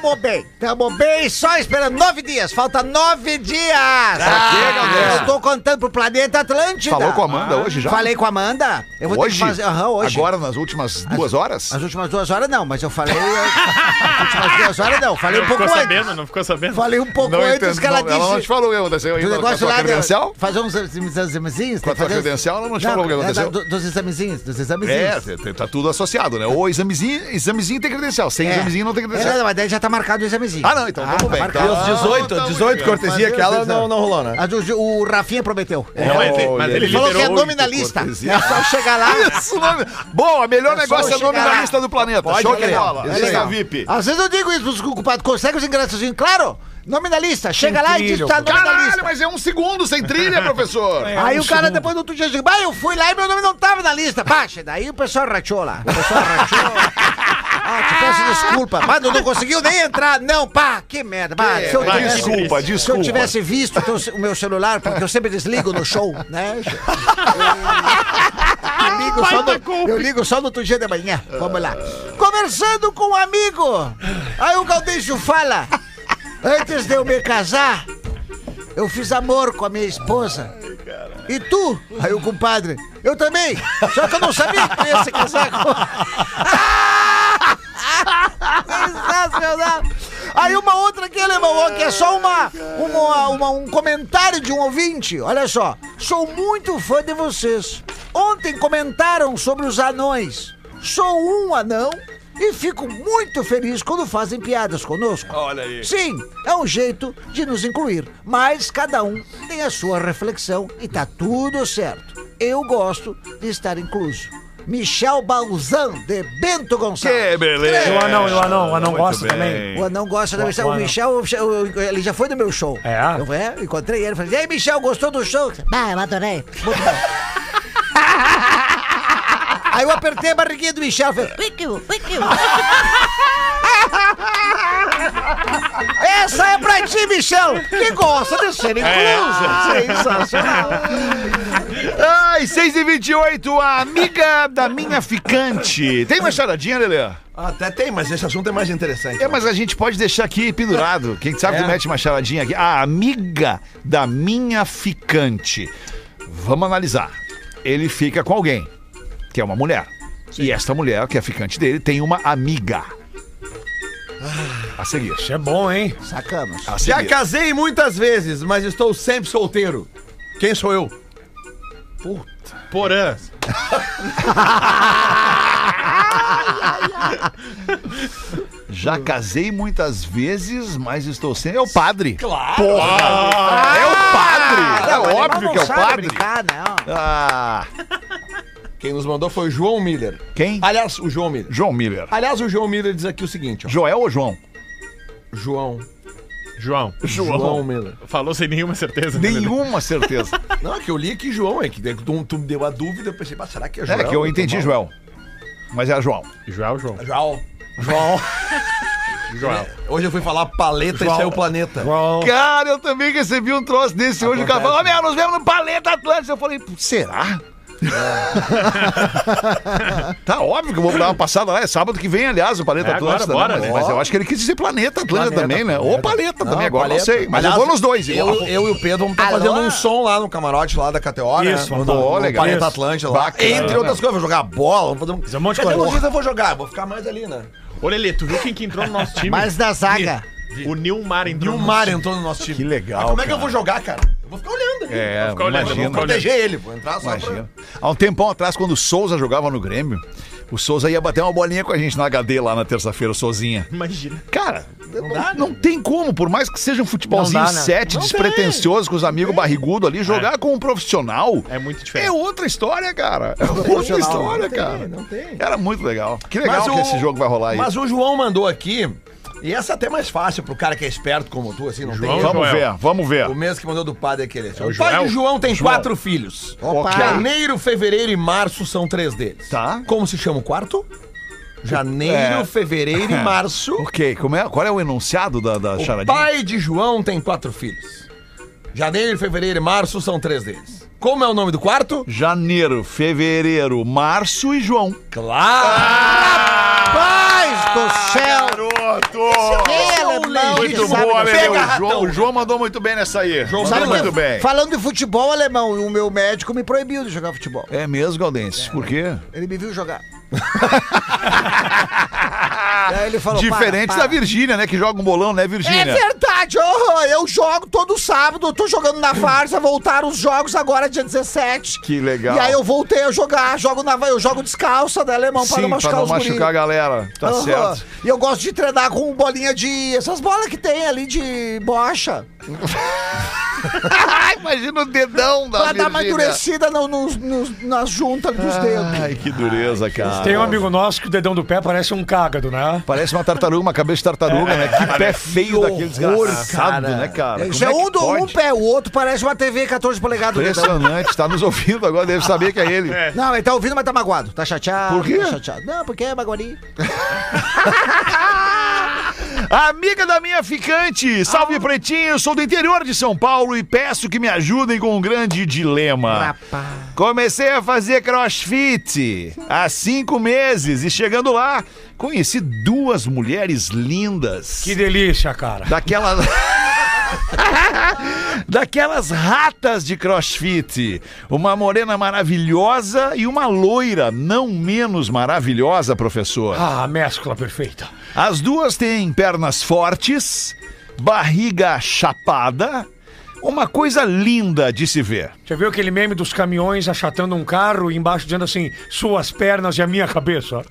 I: tamo bem, tamo bem, só esperando nove dias, falta nove dias. Ah,
D: quê, Galdêncio?
I: eu tô contando pro planeta Atlântida.
D: Falou com a Amanda hoje já?
I: tá? Ah, Falei com a Amanda. Eu vou
D: hoje?
I: ter que fazer, aham, hoje.
D: Agora, nas últimas duas horas?
I: As últimas duas horas não, mas eu falei... As últimas duas horas não, falei um pouco
F: Ficou
I: antes.
F: sabendo? Não ficou sabendo?
I: Falei um pouco
D: Não
I: antes
D: entendo,
I: que ela
D: não, ela não te
I: disse...
D: falou o que aconteceu aí
I: Do
D: com a
I: um negócio
D: tua
I: lá, de-
D: um credencial?
I: fazer uns exames- examezinhos.
D: Com a
I: tem
D: tua
I: que fazer-
D: credencial, ela não te falou o que
I: é da-
D: aconteceu.
I: do- Dos examezinhos, dos
D: É,
I: examezinhos.
D: tá- tá tudo associado, né? Ou examezinho, examezinho tem credencial. Sem examezinho não tem credencial.
I: É, não, mas daí já tá marcado o examezinho.
D: Ah, não, então vamos bem. Tá.
I: marcado.
E: E os 18, 18 cortesia que ela não, não rolou, né?
I: Ah, do- o Rafinha prometeu.
D: É.
F: Não, mas, ele- mas ele
I: Ele falou que é
F: liberou.
I: nominalista.
D: cortesia.
I: É só chegar lá.
D: Isso, nome... Bom, a melhor
I: É só
D: negócio é o
I: chegar
D: nome da
I: lá.
D: lista do planeta. Show de
I: olhar.
D: bola.
I: É
D: Lista
I: legal.
D: VIP.
I: Às vezes eu digo isso pros culpados. Consegue os ingressos? Claro! Nome da lista. Chega lá e diz que tá nome da
D: Caralho,
I: lista.
D: mas é um segundo sem trilha, professor.
I: Aí o cara depois no outro dia diz, bah, eu fui lá e meu nome não tava na lista. Baixa, daí o pessoal rachou lá. O pessoal rachou. Ah, te peço desculpa. Mas não, não conseguiu nem entrar. Não, pá, que merda. Bah, se eu
D: bah,
I: tivesse-
D: desculpa,
I: Se eu
D: desculpa.
I: tivesse visto o teu- o meu celular, porque eu sempre desligo no show, né? Eu ligo, só no, eu ligo só no outro dia de manhã. Vamos lá. Conversando com um amigo. Aí o Galdeixo fala. Antes de eu me casar, eu fiz amor com a minha esposa. E tu? Aí o compadre. Eu também. Só que eu não sabia que tu ia se casar com... Sensacional. Aí uma outra aqui, alemão, ó, que é só uma, uma- uma- um comentário de um ouvinte. Olha só. Sou muito fã de vocês. Ontem comentaram sobre os anões. Sou um anão e fico muito feliz quando fazem piadas conosco. Olha aí. Sim, é um jeito de nos incluir. Mas cada um tem a sua reflexão e tá tudo certo. Eu gosto de estar incluso. Michel Balzan, de Bento Gonçalves.
D: Que beleza.
G: E o anão, e o anão, o anão
D: É. Muito
G: gosta
D: bem.
G: também.
I: O anão gosta da
G: O-
I: Michel.
G: o
I: O
G: anão.
I: Michel, o Michel- o- ele já foi no meu show.
G: É?
I: Eu é, encontrei ele. Falei, e aí, Michel, gostou do show? Ah, eu adorei. Muito bom. Aí eu apertei a barriguinha do Michel. Falei, Essa é pra ti, Michel, que gosta de ser incluso.
D: É.
I: Sensacional.
D: Ai, 6 e 28 a amiga da minha ficante. Tem uma charadinha, Lelê?
E: Ah, Até tem, mas esse assunto é mais interessante.
D: É, mas a gente pode deixar aqui pendurado. Quem sabe tu mete uma charadinha aqui. A amiga da minha ficante. Vamos analisar. Ele fica com alguém, que é uma mulher. E esta mulher, que é a ficante dele, tem uma amiga. A seguir.
G: Isso é bom, hein?
I: Sacamos.
D: Ah. A
E: Já
D: seguir.
E: casei muitas vezes, mas estou sempre solteiro. Quem sou eu?
F: Porã.
D: Já casei muitas vezes, mas estou sem. É o padre.
E: Claro.
D: Porra! é o padre! é óbvio que é o padre.
I: Brincar, não.
D: Ah,
E: Quem nos mandou foi o João Miller.
D: quem?
E: Aliás, o João Miller.
D: João Miller.
E: Aliás, o João Miller diz aqui o seguinte, ó.
D: Joel ou João?
E: João.
F: João.
E: João Miller.
F: Falou sem nenhuma certeza. né, Lelê?
D: Nenhuma certeza.
E: Não, é que eu li aqui João, é que daí tu, tu me deu a dúvida, eu pensei, "Bah, será que é João?
D: É que eu entendi, Joel. Mas era João.
F: João, João.
E: João. João. É,
F: João.
E: Hoje eu fui falar paleta e saiu planeta.
G: Bom.
D: Cara, eu também recebi um troço desse hoje. O cara falou, "Ô, meu, nos vemos no Paleta Atlântica. Eu falei, "Pô, será?
E: É.
D: tá óbvio que eu vou dar uma passada lá. É sábado que vem, aliás, o Paleta
F: É, agora,
D: Atlântica.
F: bora,
D: né?
F: né?
D: Mas eu acho que ele quis dizer Planeta Atlântica
E: Planeta,
D: também, né? Ou Paleta também,
E: Não,
D: agora não
E: paleta.
D: sei. Mas
E: Aliás,
D: eu vou nos dois.
E: Eu, eu e o Pedro vamos estar
I: Alô?
E: fazendo um som lá no camarote lá da KTO, né?
G: Isso,
E: no,
G: vamos
D: lá.
E: no
D: Legal.
E: Planeta
G: Isso.
E: Atlântico lá.
D: Bacana.
E: Entre outras coisas, vou jogar bola, vou fazer um...
G: Fazer um monte de
E: Quer dizer,
G: coisa.
E: uns dias eu vou jogar, vou ficar mais ali, né?
F: Ô, Lelê, tu viu quem que entrou no nosso time?
I: Mas na zaga.
F: O Nilmar entrou.
E: E o
F: no
E: Mário entrou no nosso time.
D: Que legal,
E: Mas como é que eu
D: cara.
E: vou jogar, cara? Eu vou ficar olhando ali.
D: É,
E: vou ficar olhando,
D: imagina.
E: eu vou proteger ele, vou entrar só pra...
D: Imagina. Há um tempão atrás, quando o Souza jogava no Grêmio, o Souza ia bater uma bolinha com a gente na HD lá na terça-feira, sozinha.
F: Imagina.
D: Cara, não,
E: né?
D: não tem como, por mais que seja um futebolzinho
G: Não dá, né?
D: sete, despretensioso, com os amigos barrigudo ali,
E: É.
D: jogar com um profissional
F: É muito diferente.
D: é outra história, cara. É outra história, cara.
E: não tem.
D: Era muito legal. Que legal
E: Mas
D: que
E: o-
D: esse jogo vai rolar aí.
E: Mas o João mandou aqui, e essa é até mais fácil pro cara que é esperto como tu, assim, não
F: João
E: tem...
F: é o
D: Vamos
F: Joel.
D: ver, vamos ver.
E: O mesmo que mandou do padre aquele. o
F: o
E: pai
F: Joel?
E: do João tem quatro filhos.
I: Opa.
E: Janeiro, fevereiro e março são três deles.
D: Tá.
E: Como se chama o quarto? Janeiro,
D: É.
E: fevereiro e março.
D: Ok, como é, qual é o enunciado da, da
E: O
D: charadinha?
E: pai de João tem quatro filhos. Janeiro, fevereiro e março são três deles. Como é o nome do quarto?
D: Janeiro, fevereiro, março e João.
E: Claro!
D: Ah!
I: Paz do céu.
D: Garoto!
I: Que alemão que
D: Muito
I: sabe
D: boa,
I: das
D: Lelê.
E: Pega,
D: O João,
E: ratão.
D: o João mandou muito bem nessa aí. João mandou
I: Sabe que
D: muito bem.
I: Falando de futebol alemão, o meu médico me proibiu de jogar futebol.
D: É mesmo, Galdense? Por quê?
I: Ele me viu jogar. Aí ele falou,
D: Diferente
I: "Para,
D: da
I: para."
D: Virgínia, né? Que joga um bolão, né,
I: É
D: Virgínia?
I: verdade, oh, eu jogo todo sábado, eu tô jogando na Varsa, voltaram os jogos agora dia 17.
D: Que legal.
I: E aí eu voltei a jogar, jogo na eu jogo descalça, né, alemão,
D: Sim,
I: para não machucar os guris.
D: a galera. Tá
I: Aham.
D: certo.
I: E eu gosto de treinar com bolinha de. Essas bolas que tem ali de bocha.
D: Ah, Imagina o dedão da
J: Pra dar uma
D: Tá Virgínia.
J: endurecida no- nos- nos- nas juntas dos dedos.
D: Ai, que dureza, cara.
G: Tem um amigo nosso que o dedão do pé parece um cágado, né?
D: Parece uma tartaruga, uma cabeça de tartaruga, né?
I: É,
D: Que pé feio daquele desgraçado, né, cara?
I: Isso um é
D: Como
I: um,
D: que
I: do, um
D: pode?
I: pé, o outro parece uma TV 14 polegadas. do dedão.
D: Impressionante, tá nos ouvindo agora, deve saber que é ele.
I: Não, ele tá ouvindo, mas tá magoado. Tá chateado.
D: Por quê?
I: Tá chateado. Não, porque é magoadinho.
D: A Amiga da minha ficante, salve pretinho, sou do interior de São Paulo e peço que me ajudem com um grande dilema. Comecei a fazer crossfit há cinco meses e chegando lá, conheci duas mulheres lindas.
G: Que delícia, cara.
D: Tá Daquelas. Daquelas ratas de crossfit. Uma morena maravilhosa e uma loira, não menos maravilhosa, professor.
G: Ah, a mescla perfeita.
D: As duas têm pernas fortes, barriga chapada, uma coisa linda de se ver.
G: Já viu aquele meme dos caminhões achatando um carro e embaixo dizendo assim, suas pernas e a minha cabeça?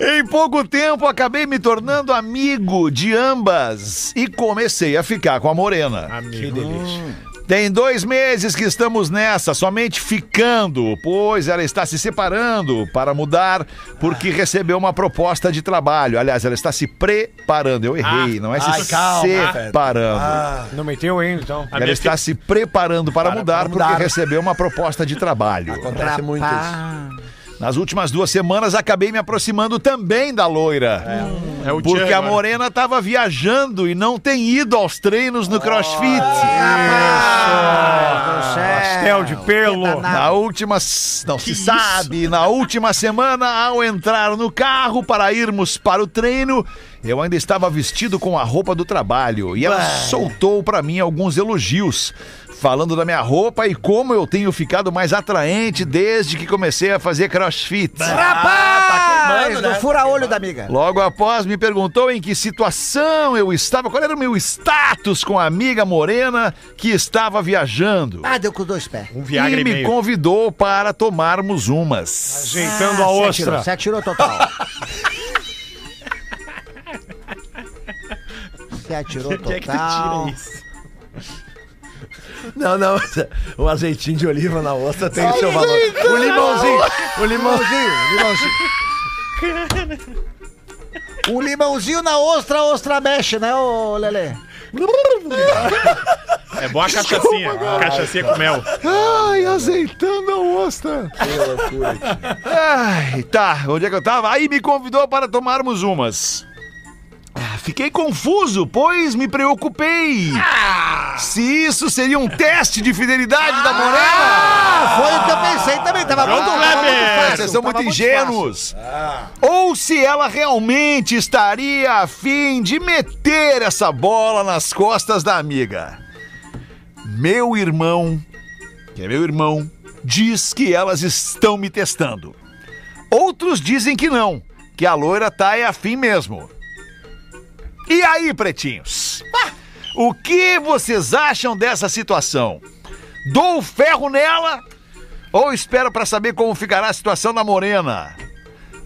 D: Em pouco tempo acabei me tornando amigo de ambas e comecei a ficar com a morena.
F: Amigo. Que delícia.
D: Tem dois meses que estamos nessa, somente ficando, pois ela está se separando para mudar
E: Ah.
D: porque recebeu uma proposta de trabalho. Aliás, ela está se preparando. Eu errei, não é
E: Ah. ai,
D: se
E: calma.
D: separando.
G: Não meteu ainda, então.
F: A
D: Ela
F: minha
D: está se preparando para, mudar,
E: para mudar.
D: porque recebeu uma proposta de trabalho.
E: Acontece muito isso.
D: Nas últimas duas semanas acabei me aproximando também da loira.
F: fi- é o
D: Porque
F: Tchan
D: a
F: agora.
D: Morena estava viajando e não tem ido aos treinos no CrossFit.
I: Ah,
D: Ah,
I: tá É.
G: Pastel de pelo.
D: Na última. s- Não se sabe. Na última semana, ao entrar no carro para irmos para o treino, eu ainda estava vestido com a roupa do trabalho. E ela soltou para mim alguns elogios, falando da minha roupa e como eu tenho ficado mais atraente desde que comecei a fazer crossfit.
E: Ah, tá
I: Rapaz!
E: né?
I: do fura-olho da amiga.
D: Logo após, me perguntou em que situação eu estava, qual era o meu status com a amiga morena que estava viajando.
I: Ah, deu com os dois pés.
F: Um Viagra
D: e
F: e
D: me
F: meio.
D: convidou para tomarmos umas.
G: Ajeitando a
I: Ah,
G: ostra.
I: Você atirou, você atirou total. Você atirou
F: Onde é que tu tira
I: total.
F: isso?
E: Não, não. O azeitinho de oliva na ostra tem o seu valor. O limãozinho. O limãozinho.
I: Um limãozinho na ostra, a ostra mexe, né, ô Lelê?
F: É boa a cachaçinha. Cachaçinha com mel.
D: Ai, azeitando a ostra. Que loucura. Ai, tá, onde é que eu tava? Aí me convidou para tomarmos umas. Ah, Fiquei confuso, pois me preocupei. Se isso seria um teste de fidelidade da morena.
I: Ah, foi o que eu pensei também, tava muito
F: Pronto,
I: tava muito
F: Kleber.
I: fácil,
D: Vocês são
I: tava
D: muito
I: fácil.
D: ingênuos. Ou se ela realmente estaria a fim de meter essa bola nas costas da amiga. Meu irmão, que é meu irmão, diz que elas estão me testando. Outros dizem que não, que a loira tá é afim mesmo. E aí, pretinhos? O que vocês acham dessa situação? Dou ferro nela ou espero pra saber como ficará a situação da Morena?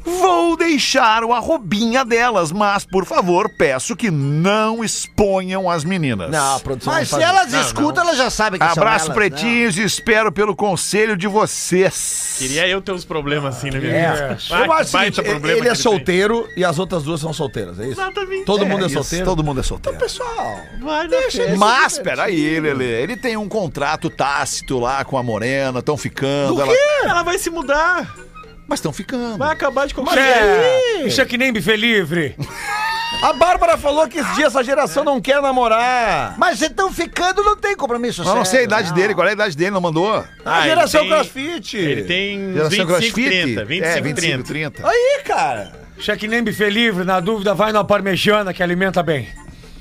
D: Vou deixar o arrobinha delas, mas por favor, peço que não exponham as meninas.
E: Não, a produção
I: Mas
E: não
I: se
E: faz
I: elas escutam, elas já sabem que
D: Abraço,
I: são elas, né?
D: pretinhos, e espero pelo conselho de vocês.
F: Queria eu ter uns problemas assim na minha
G: É.
F: vida.
E: isso. Eu
F: Vai,
E: acho o seguinte,
F: baita problema
E: ele
F: que
E: é
F: tem.
E: solteiro e as outras duas são solteiras, é isso?
F: Exatamente.
E: Todo mundo é
D: isso,
E: solteiro?
D: Todo mundo é solteiro.
E: Pessoal,
F: Vai, deixa
D: Mas, peraí, Lele, ele tem um contrato tácito lá com a Morena, estão ficando. ela-
F: Ela vai se mudar.
D: Mas estão ficando.
F: Vai acabar de qualquer
G: É, isso é que nem buffet livre.
E: a Bárbara falou que esses dias essa geração não quer namorar.
I: Mas se estão ficando, não tem compromisso
D: Eu não sei a
I: sério, né?
D: idade
I: não.
D: dele, qual é a idade dele, não mandou?
E: A
F: Ah, ele
E: geração
F: tem-
E: crossfit.
F: Ele tem uns
D: Geração
F: 25,
D: crossfit?
F: 30. 25,
D: é, 25,
F: 30.
D: 30.
E: Aí, cara.
G: Isso é que nem buffet livre. Na dúvida, vai na parmegiana que alimenta bem.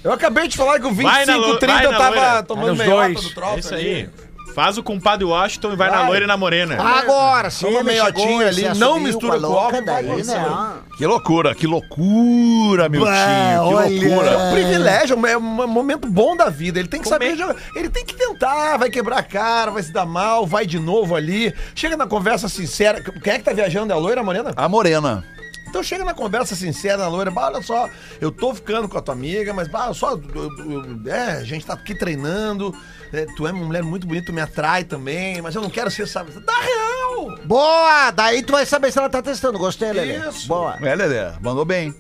E: Eu acabei de falar que o
F: Vai na
E: 25,
F: lo-
E: 30
F: vai na
E: eu tava
F: loira.
E: tomando
G: Nos
E: meiota
G: dois.
E: do
F: É
E: troço.
F: isso aí. Faz o compadre Washington e vai, na loira e na morena.
I: Tá
J: Né?
I: Agora, se
E: Toma
I: ele
E: meiotinho
I: chegou,
E: ali,
I: se
E: não
I: assumiu
E: mistura
I: com a
E: com
I: louca,
E: álcool, vai
I: daí,
E: isso
I: né?
D: Que loucura, que loucura, meu
E: Bah,
D: tio. Que
E: olha, É
D: loucura.
E: um privilégio, é um momento bom da vida. Ele tem que saber
F: é?
E: jogar. Ele tem que tentar, vai quebrar a cara, vai se dar mal, vai de novo ali. Chega na conversa sincera. Quem é que tá viajando? É a loira, a morena?
D: A Morena.
E: Então chega na conversa sincera, na loira, bah, olha só, eu tô ficando com a tua amiga, mas bah, só. eu- eu- é, a gente tá aqui treinando. é, tu é uma mulher muito bonita, tu me atrai também, mas eu não quero ser, sabe? Dá real!
I: Boa! Daí tu vai saber se ela tá testando. Gostei, Lelê.
E: Isso.
I: Boa.
D: É, Lelê, mandou bem.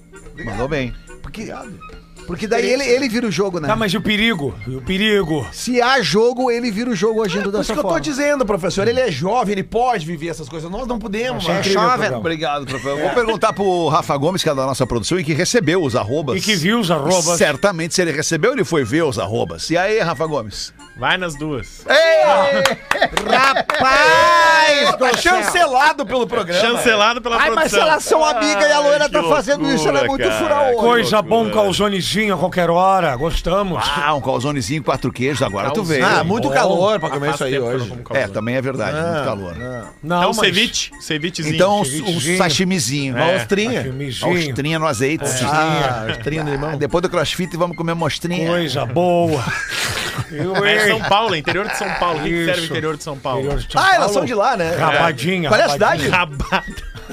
D: Mandou bem.
J: Porque,
E: é
J: porque daí ele, ele vira o jogo, né?
G: Tá, mas e o perigo? E o perigo?
J: Se há jogo, ele vira o jogo agindo
I: Ah,
E: Por
J: dessa
E: isso que eu tô
J: forma.
E: dizendo, professor, ele é jovem, ele pode viver essas coisas, nós não podemos. né?
G: Achei
E: mano.
G: incrível o programa.
D: Obrigado, professor. Vou perguntar pro Rafa Gomes, que é da nossa produção e que recebeu os arrobas.
G: E que viu os arrobas.
D: Certamente, se ele recebeu, ele foi ver os arrobas. E aí, Rafa Gomes?
F: Vai nas duas.
I: É, Rapaz!
E: Tá chancelado pelo programa.
F: Chancelado pela
J: Ai, mas se
F: produção.
J: elas são amigas e a loira
F: Ai,
J: tá
F: que
J: fazendo isso, ela é
F: loucura,
J: muito
F: cara.
J: furaô.
G: Coisa bom,
F: né?
G: calzonezinho a qualquer hora. Gostamos.
D: Ah, um calzonezinho, quatro queijos, agora tu veio.
E: Ah, muito Ah.
G: Bom.
E: calor pra comer
F: Faz
E: isso aí
F: tempo que eu
E: hoje.
F: não como
D: É,
F: calzone.
D: também é verdade, muito calor.
G: Não,
F: Então,
G: mas-
F: ceviche. Cevichezinho.
D: Então, o
G: Cevichezinho.
D: sashimizinho.
E: Uma
D: É.
E: ostrinha.
D: A
G: Filmezinho.
D: ostrinha no azeite.
E: Ah, ostrinha no
D: Ah,
E: limão.
D: Depois do crossfit, vamos comer uma ostrinha.
G: Coisa boa. Eu,
F: É
G: hein?
F: São Paulo, interior de São Paulo. O que que serve o
G: Isso.
F: interior de São Paulo?
G: Interior de São
E: Ah, elas
G: Paulo.
E: são de lá, né?
G: Rabadinha.
E: Qual é a
G: rabadinha.
E: cidade?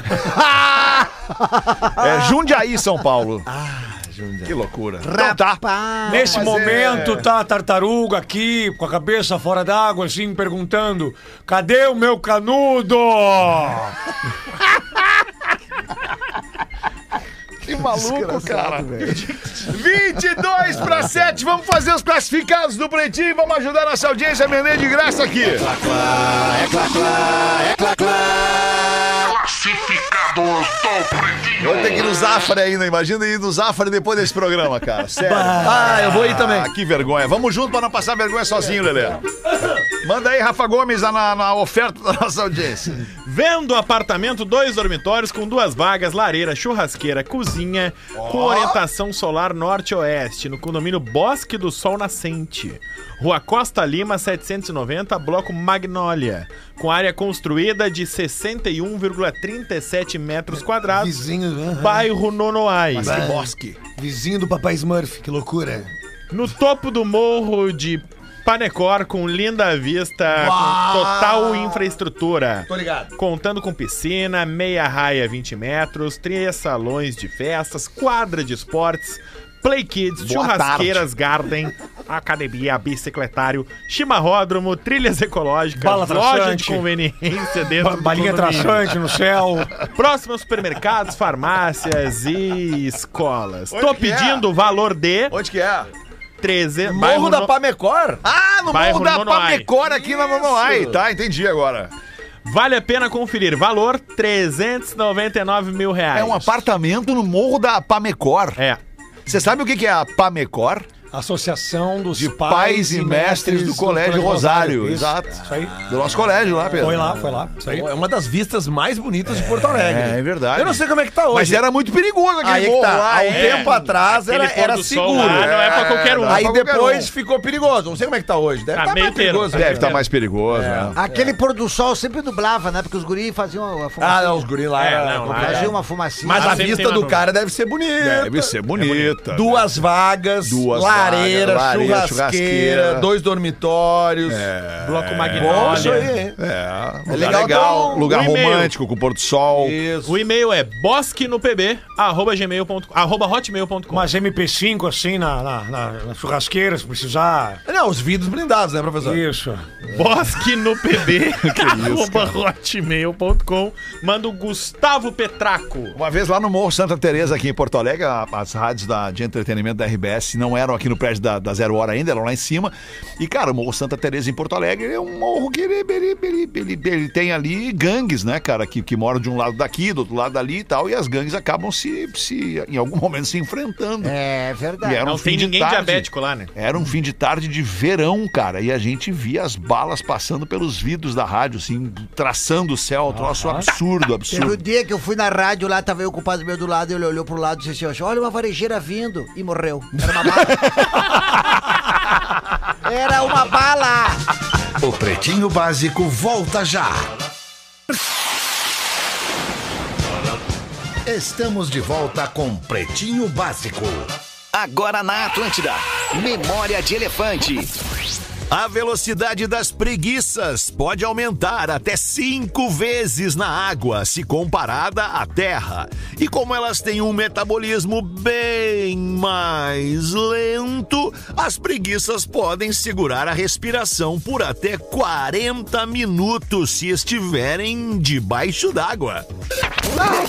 F: Rabada.
D: É Jundiaí, São Paulo. Ah, Jundiaí. Que loucura. Então tá.
G: Nesse
F: é-
G: momento tá a tartaruga aqui, com a cabeça fora d'água, assim, perguntando: cadê o meu canudo?
D: Que maluco, cara. 22 para 7, vamos fazer os classificados do Pretinho, vamos ajudar nossa audiência a vender de graça aqui. Eu tenho que ir no Zafra ainda, imagina ir no Zafra depois desse programa, cara. Sério.
E: Ah, eu vou ir também.
D: Ah, que vergonha. Vamos junto para não passar vergonha sozinho, Lelê. Manda aí, Rafa Gomes, na, na oferta da nossa audiência.
F: Vendo apartamento, dois dormitórios com duas vagas, lareira, churrasqueira, cozinha, com orientação solar norte-oeste, no condomínio Bosque do Sol Nascente. Rua Costa Lima, 790, bloco Magnólia, com área construída de 61,37 metros quadrados,
J: Vizinho, né?
F: bairro Nonoai.
D: Que bosque.
J: Vizinho do papai Smurf, que loucura.
F: No topo do morro de Panecor, com linda vista, com total infraestrutura. Tô ligado. Contando com piscina, meia raia 20 metros, três salões de festas, quadra de esportes, play kids, churrasqueiras garden, academia, bicicletário, chimarródromo, trilhas ecológicas,
G: Bala
F: loja de
G: traçante.
F: conveniência
G: Ba-
F: dentro do
G: Balinha
F: condomínio.
G: traçante no céu.
F: Próximo aos supermercados, farmácias e escolas. Tô
D: que é?
F: pedindo o valor de
D: Onde que é?
F: 13.
E: Morro da Pamecor?
D: Ah, no
F: Bairro
D: Morro da
F: Nonoai.
D: Pamecora, aqui na Nonoai. Tá, entendi agora.
F: Vale a pena conferir. Valor: 399 mil reais.
D: É um apartamento no Morro da Pamecor.
F: É.
D: Você sabe o que que é a Pamecor?
G: Associação dos
D: De pais e mestres do Colégio Rosário.
G: Isso,
D: Exato.
G: Isso aí.
D: Do nosso colégio lá, Pedro.
G: Foi lá, Ah, foi lá. Isso aí.
E: É uma das vistas mais bonitas de Porto Alegre.
D: É, é verdade.
E: Eu não sei como é que tá hoje.
D: Mas era muito perigoso aquele
E: Aí que
D: morro
E: tá.
D: lá.
E: Há um
D: hein?
E: tempo atrás era,
F: Aquele pôr
E: era
F: do sol
E: seguro.
F: lá não é pra qualquer um.
E: Aí
D: pra qualquer
E: depois
D: um.
E: ficou perigoso. Não sei como é que tá hoje. Deve
F: Tá
E: tá
F: meio
E: mais
F: inteiro.
E: perigoso.
D: Deve estar mais perigoso, né?
I: Aquele pôr do sol sempre dublava, né? Porque os guris faziam a
E: Ah,
I: fumacinha.
E: não, os guri lá.
F: É,
E: era
F: não, lá
E: complicado.
I: faziam uma fumacinha.
F: Mas
E: Ah, A
F: Sempre tem
E: vista
F: lá
E: do
F: no-
E: cara deve ser bonita.
D: Deve ser bonita. né?
E: Duas vagas,
D: Duas
E: lareira,
D: vagas, lareira,
E: churrasqueira, É.
D: churrasqueira.
E: dois dormitórios.
F: Bloco
E: Bom, isso
F: Magnólia.
E: aí, hein?
D: É, lugar
E: legal,
D: legal,
E: então,
D: lugar
F: um e-mail.
D: romântico, com pôr do sol.
E: Isso.
F: O e-mail é bosquenopb, arroba gmail.com, arroba hotmail.com.
G: Umas MP5 assim na, na, na, na churrasqueira, se precisar.
E: É, Não, os vidros blindados, né, professor?
G: Isso.
F: Bosquenopb, arroba hotmail.com. Manda o Gustavo Petraco.
D: Uma vez lá no Morro Santa Teresa aqui em Porto Alegre, a- as rádios da- de entretenimento da RBS não eram aqui no prédio da, da Zero Hora ainda, eram lá em cima. E, cara, o Morro Santa Teresa em Porto Alegre é um morro que ele, ele- ele- ele- ele tem ali gangues, né, cara, que, que moram de um lado daqui, do outro lado dali e tal, e as gangues acabam se, se em algum momento, se enfrentando.
I: É verdade.
D: E era um
F: Não
D: fim
F: tem
D: de
F: ninguém
D: tarde.
F: diabético lá, né?
D: Era um fim de tarde de verão, cara, e a gente via as balas passando pelos vidros da rádio, assim, traçando o céu, um troço absurdo,
I: Teve um
D: absurdo.
I: dia que eu fui na rádio lá, tava eu o compadre meu do lado, ele olhou pro lado e disse assim, olha uma varejeira vindo. E morreu. Era uma bala. Era uma bala.
B: O Pretinho Básico volta já. Estamos de volta com Pretinho Básico.
K: Agora na Atlântida. Memória de Elefante. A velocidade das preguiças pode aumentar até cinco vezes na água se comparada à terra. E como elas têm um metabolismo bem mais lento, as preguiças podem segurar a respiração por até 40 minutos se estiverem debaixo d'água.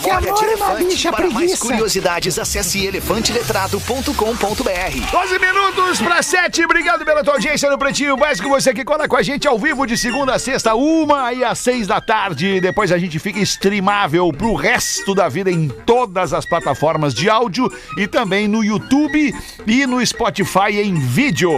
L: que amor uma bicha
M: Para mais
L: preguiça.
M: curiosidades, acesse elefanteletrado.com.br.
D: 12 minutos para 7. Obrigado pela tua audiência no Pretinho Básico. Você que cola com a gente ao vivo de segunda a sexta, uma e às seis da tarde. Depois a gente fica streamável pro resto da vida em todas as plataformas de áudio e também no YouTube e no Spotify em vídeo.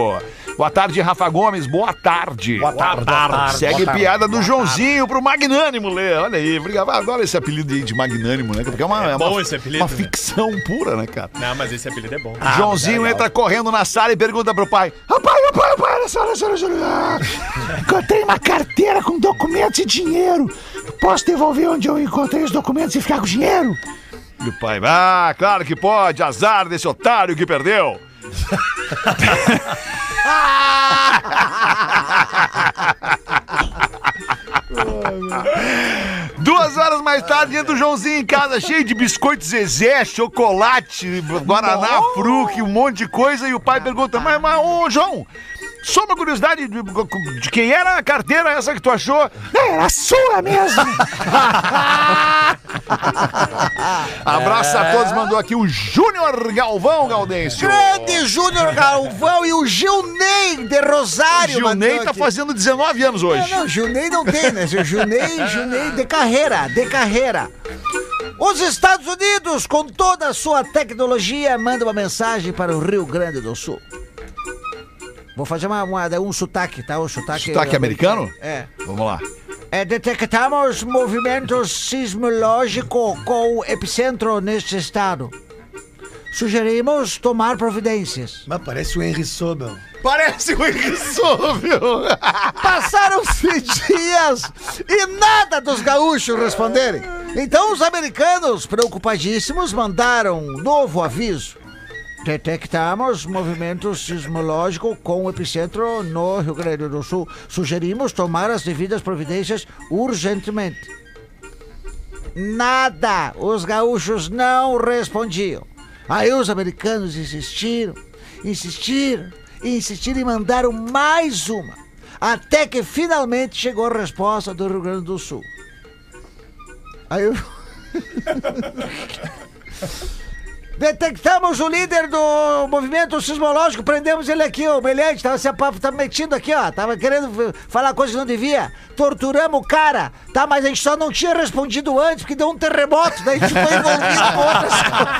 D: Boa tarde, Rafa Gomes. Boa tarde. Boa
E: tarde, boa tarde,
D: Segue
E: boa tarde.
D: piada do Joãozinho pro Magnânimo, Lê. Olha aí. Obrigado. Adoro esse apelido aí de Magnânimo, né? Porque é uma,
F: É
D: é
F: bom
D: uma,
F: esse apelido,
D: uma
F: né?
D: ficção pura, né, cara?
F: Não, mas esse apelido é bom.
D: Ah, Joãozinho entra correndo na sala e pergunta pro pai: "Ah, pai, ah, pai, ah, pai, olha só, olha só, olha só, olha só. Encontrei uma carteira com documentos e dinheiro. Posso devolver onde eu encontrei os documentos e ficar com o dinheiro? E o pai: Ah, claro que pode, azar desse otário que perdeu. Duas horas mais tarde, entra o Joãozinho em casa, cheio de biscoito Zezé, chocolate, Guaraná, fruque, um monte de coisa. E o pai pergunta: Mas, mas ô, João, só uma curiosidade: de, de quem era a carteira essa que tu achou? "Não, Era a sua mesmo. Abraço
I: É.
D: a todos, mandou aqui o Júnior Galvão Gaudêncio.
I: Grande Júnior Galvão e o Gilney de Rosário.
D: Gilney
I: mandou
D: tá
I: aqui.
D: fazendo 19 anos hoje.
I: Não, não, Junei não tem, né? Junei, Junei de carreira, de carreira. Os Estados Unidos, com toda a sua tecnologia, manda uma mensagem para o Rio Grande do Sul. Vou fazer uma, uma- um sotaque, tá? Um sotaque.
D: Sotaque americano?
I: É.
D: Vamos lá.
I: É, detectamos movimento sismológico com epicentro neste estado. Sugerimos tomar providências.
J: Mas parece o Henry Sobel.
D: Parece o Henry Sobel.
I: Passaram-se dias e nada dos gaúchos responderem. Então os americanos, preocupadíssimos, mandaram um novo aviso. Detectamos movimento sismológico com epicentro no Rio Grande do Sul. Sugerimos tomar as devidas providências urgentemente. Nada! Os gaúchos não respondiam. Aí os americanos insistiram, insistiram e insistiram e mandaram mais uma. Até que finalmente chegou a resposta do Rio Grande do Sul. Aí eu... Detectamos o líder do movimento sismológico, prendemos ele aqui, o Melhante, tava, se apa- tava metido aqui, ó, tava querendo f- falar coisa que não devia, torturamos o cara, tá, mas a gente só não tinha respondido antes, porque deu um terremoto, daí a gente foi envolvido com outras coisas.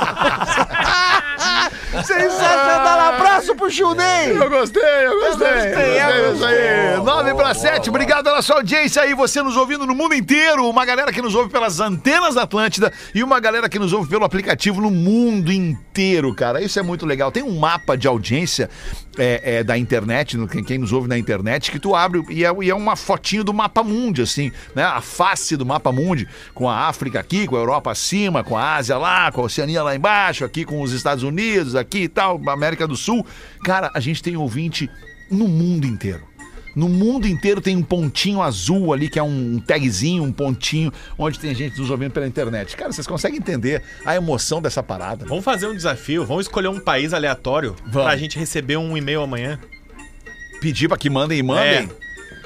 I: Sensacional, um abraço pro Chunei!
D: Eu gostei, eu gostei. Eu gostei, isso aí. 9 para 7, obrigado pela sua audiência aí, você nos ouvindo no mundo inteiro, uma galera que nos ouve pelas antenas da Atlântida e uma galera que nos ouve pelo aplicativo no mundo inteiro, cara. Isso é muito legal. Tem um mapa de audiência é, é, da internet, no- quem, quem nos ouve na internet, que tu abre e é, e é uma fotinho do mapa mundi, assim, né? A face do mapa mundi, com a África aqui, com a Europa acima, com a Ásia lá, com a Oceania lá embaixo, aqui com os Estados Unidos, aqui e tal, América do Sul. Cara, a gente tem ouvinte no mundo inteiro. No mundo inteiro tem um pontinho azul ali, que é um tagzinho, um pontinho, onde tem gente nos ouvindo pela internet. Cara, vocês conseguem entender a emoção dessa parada?
F: Vamos fazer um desafio, vamos escolher um país aleatório pra gente receber um e-mail amanhã.
D: Pedir pra que mandem e mandem.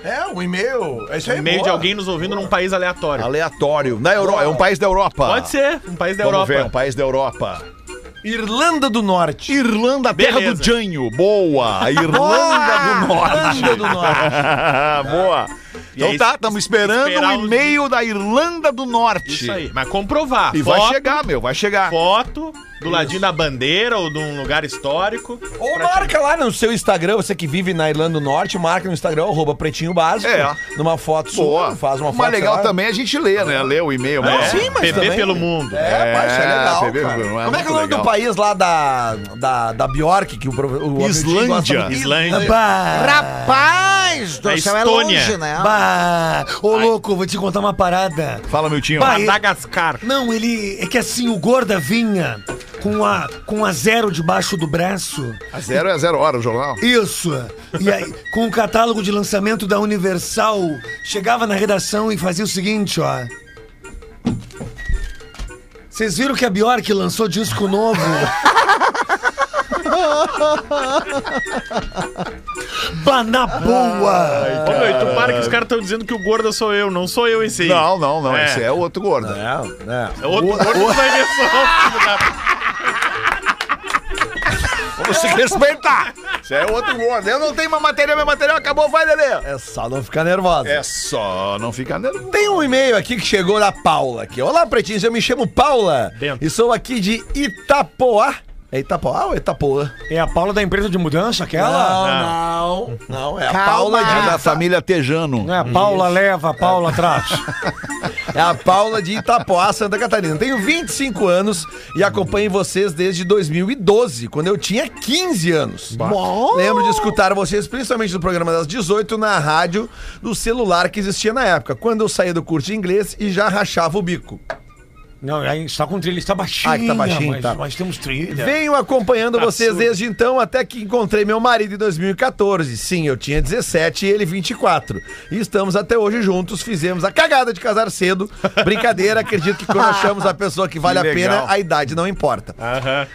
E: É, um e-mail. É isso aí,
F: Um e-mail de
E: boa.
F: alguém nos ouvindo num país aleatório.
D: Aleatório. Na Europa, é um país da Europa.
F: É. Pode ser, um país da
D: Vamos
F: Europa.
D: ver, um país da Europa.
E: Irlanda do Norte.
D: Irlanda, terra
F: Beleza.
D: do Janho. Boa! A Irlanda do Norte.
E: Irlanda do Norte.
D: Boa.
F: E
D: Então
F: aí,
D: tá, estamos esperando
F: esperar
D: um
F: uns
D: e-mail da Irlanda do Norte.
F: Isso aí. Mas comprovar.
D: E
F: foto,
D: vai chegar, meu, vai chegar.
F: Foto do ladinho da bandeira ou de um lugar histórico.
E: Ou
F: Pra
E: marca lá no seu Instagram, você que vive na Irlanda do Norte, marca no Instagram, arroba pretinho básico.
D: É.
E: Numa foto
D: Boa.
E: sua, faz uma foto.
D: Mas
E: sei
D: legal
E: lá.
D: também a gente lê, né? Lê o e-mail.
F: É,
D: mas-
E: sim, mas
F: bebê
E: também-
F: pelo mundo.
E: É, mas isso é legal.
D: bebê,
E: cara.
D: é
E: Como é que é
D: muito
E: o nome
D: legal.
E: do país lá da, Ah, da, da Bjork, que o, pro- o Agostinho
D: Islândia.
E: gosta muito?
F: Islândia.
I: Rapaz do
F: É
I: céu, é
F: Estônia.
I: longe, né?
J: Bah, ô louco, vou te contar uma parada.
D: Fala, Miltinho.
J: Vai.
F: Madagascar.
J: Não, ele. É que assim, o Gorda vinha
G: com a, com a zero debaixo do braço.
D: A zero é a zero hora o jornal.
G: Isso. E aí, com o catálogo de lançamento da Universal, chegava na redação e fazia o seguinte, ó. Vocês viram que a Bjork lançou disco novo? Baná
D: Ah, É.
G: boa!
D: então
F: Ô, meu, e tu para que os caras estão dizendo que o gordo sou eu, não sou eu em si.
D: Não, não, não. Esse é o outro gordo.
F: É outro gordo que vai ver só.
D: Vamos se respeitar. Esse é o outro gordo. Eu não tenho mais material, meu material acabou, vai, Lelê.
E: É só não ficar nervosa.
D: É só não ficar nervoso.
E: Tem um e-mail aqui que chegou da Paula aqui. Olá, pretinhos, eu me chamo Paula
F: Dentro.
E: e sou aqui de Itapoá. É Itapoá ou Itapoã?
G: É a Paula da empresa de mudança, aquela?
E: não, não. Não, é a
I: Calma.
E: Paula de
D: É da família Tejano.
G: Não é a Paula leva, a Paula atrás.
E: É a Paula de Itapoá, Santa Catarina. Tenho 25 anos e acompanho vocês desde 2012, quando eu tinha 15 anos. Bom. Lembro de escutar vocês, principalmente no programa das 18, na rádio do celular que existia na época, quando eu saía do curso de inglês e já rachava o bico.
G: Não, aí está com trilha, está baixinho.
E: Ah, que tá baixinho,
G: mas,
E: tá.
G: mas temos trilha.
E: Venho acompanhando vocês desde então até que encontrei meu marido em 2014. Sim, eu tinha 17 e ele 24. E estamos até hoje juntos, fizemos a cagada de casar cedo. Brincadeira, acredito que quando achamos a pessoa que vale
D: Que
E: a pena,
D: legal.
E: a idade não importa.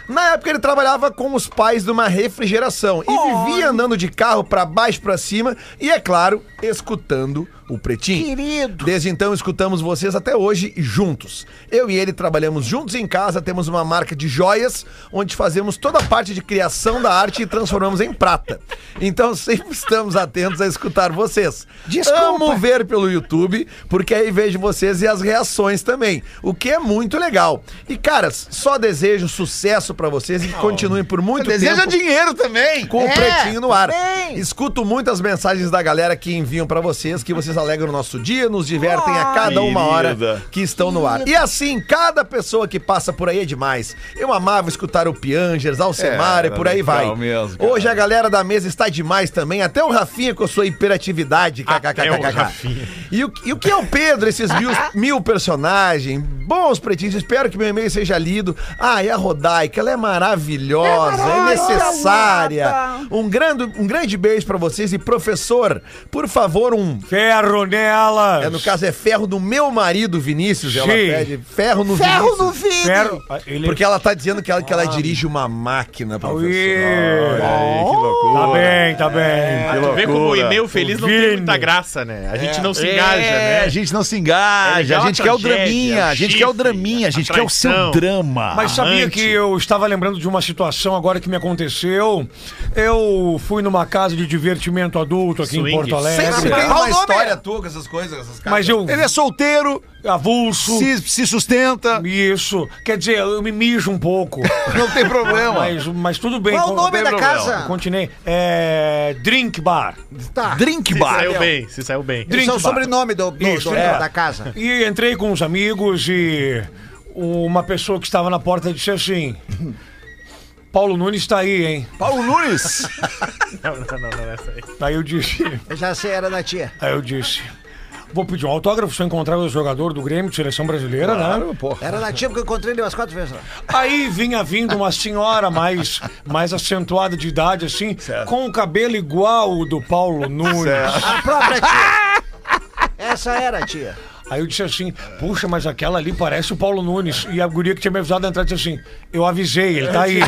E: Na época ele trabalhava com os pais numa refrigeração e vivia andando de carro pra baixo e pra cima e é claro, escutando o Pretinho.
I: Querido.
E: Desde então escutamos vocês até hoje juntos. Eu e ele trabalhamos juntos em casa, temos uma marca de joias onde fazemos toda a parte de criação da arte e transformamos em prata. Então sempre estamos atentos a escutar vocês.
I: Desculpa.
E: Amo ver pelo YouTube, porque aí vejo vocês e as reações também, o que é muito legal. E caras, só desejo sucesso pra vocês e que continuem por muito
D: Deseja
E: tempo
D: dinheiro também.
E: com o
I: É,
E: pretinho no ar.
I: também.
E: Escuto muitas mensagens da galera que enviam pra vocês, que vocês alegram o nosso dia, nos divertem a cada uma hora que estão no ar. E assim, cada pessoa que passa por aí é demais. Eu amava escutar o Piangers, Alcemar
D: É,
E: e por aí
D: legal
E: vai.
D: mesmo, cara.
E: Hoje a galera da mesa está demais também, até o Rafinha com a sua hiperatividade.
F: Até o
E: kkkk.
F: Rafinha.
E: E o, e o que é o Pedro, esses mil, mil personagens? Bons pretinhos, espero que meu e-mail seja lido. Ah, e a Rodaica, ela é maravilhosa, é, necessária. Um grande, um grande beijo pra vocês e professor, por favor, um.
G: Ferro nelas.
E: é, no caso, é ferro do meu marido, Vinícius. Ela
G: Sim.
E: pede ferro no
L: Ferro
E: Vinícius.
L: no vidro.
G: Ferro. Ah, Ele...
E: Porque ela tá dizendo que ela, que
F: Ah.
E: ela dirige uma máquina, professor.
G: Ui.
D: Aí, que loucura.
G: Tá bem, tá bem.
F: Tu vê como o e-mail feliz não tem
G: Vini.
F: muita graça, né? A gente não se engaja,
D: É,
F: né?
D: a gente não se
F: É
D: engaja,
F: legal
D: a
F: a
D: gente quer o
F: tragédia,
D: draminha, a gente
F: chifre,
D: quer o draminha, a gente quer o seu
F: traição.
D: drama.
G: Mas sabia
F: Amante.
G: que eu estava lembrando de uma situação agora que me aconteceu. Eu fui numa casa de divertimento adulto aqui
F: Swing.
G: em Porto Alegre.
E: Sempre tem
D: Qual o
E: uma
D: nome?
E: história tua com essas coisas, essas
G: Mas eu
D: Ele é solteiro,
G: avulso.
D: se, se sustenta,
G: Isso. Quer dizer, eu me mijo um pouco.
D: não tem problema.
G: mas, mas tudo bem.
I: Qual o
G: con-
I: nome é da
D: problema.
I: casa?
G: Continuei. É. Drink Bar.
I: Tá.
D: Drink
F: Se
D: bar.
F: saiu bem, se saiu bem.
I: Esse é o
G: Drink Bar.
I: sobrenome do, do-
G: Isso,
I: do-
G: é.
I: da casa.
G: E entrei com uns amigos e uma pessoa que estava na porta disse assim: Paulo Nunes está aí, hein?
D: Paulo Nunes.
F: Não, não, não, não, essa aí.
G: Aí eu disse:
I: Eu já sei, era da tia.
G: Aí eu disse. Vou pedir um autógrafo se eu encontrar o jogador do Grêmio de seleção brasileira, né?
I: Era da tia porque eu encontrei ele umas quatro vezes lá.
G: Aí vinha vindo uma senhora mais, mais acentuada de idade, assim, com o cabelo igual o do Paulo Nunes. É.
I: A própria tia. Essa era a tia.
G: Aí eu disse assim, puxa, mas aquela ali parece o Paulo Nunes. E a guria que tinha me avisado a entrar disse assim, eu avisei, ele tá aí.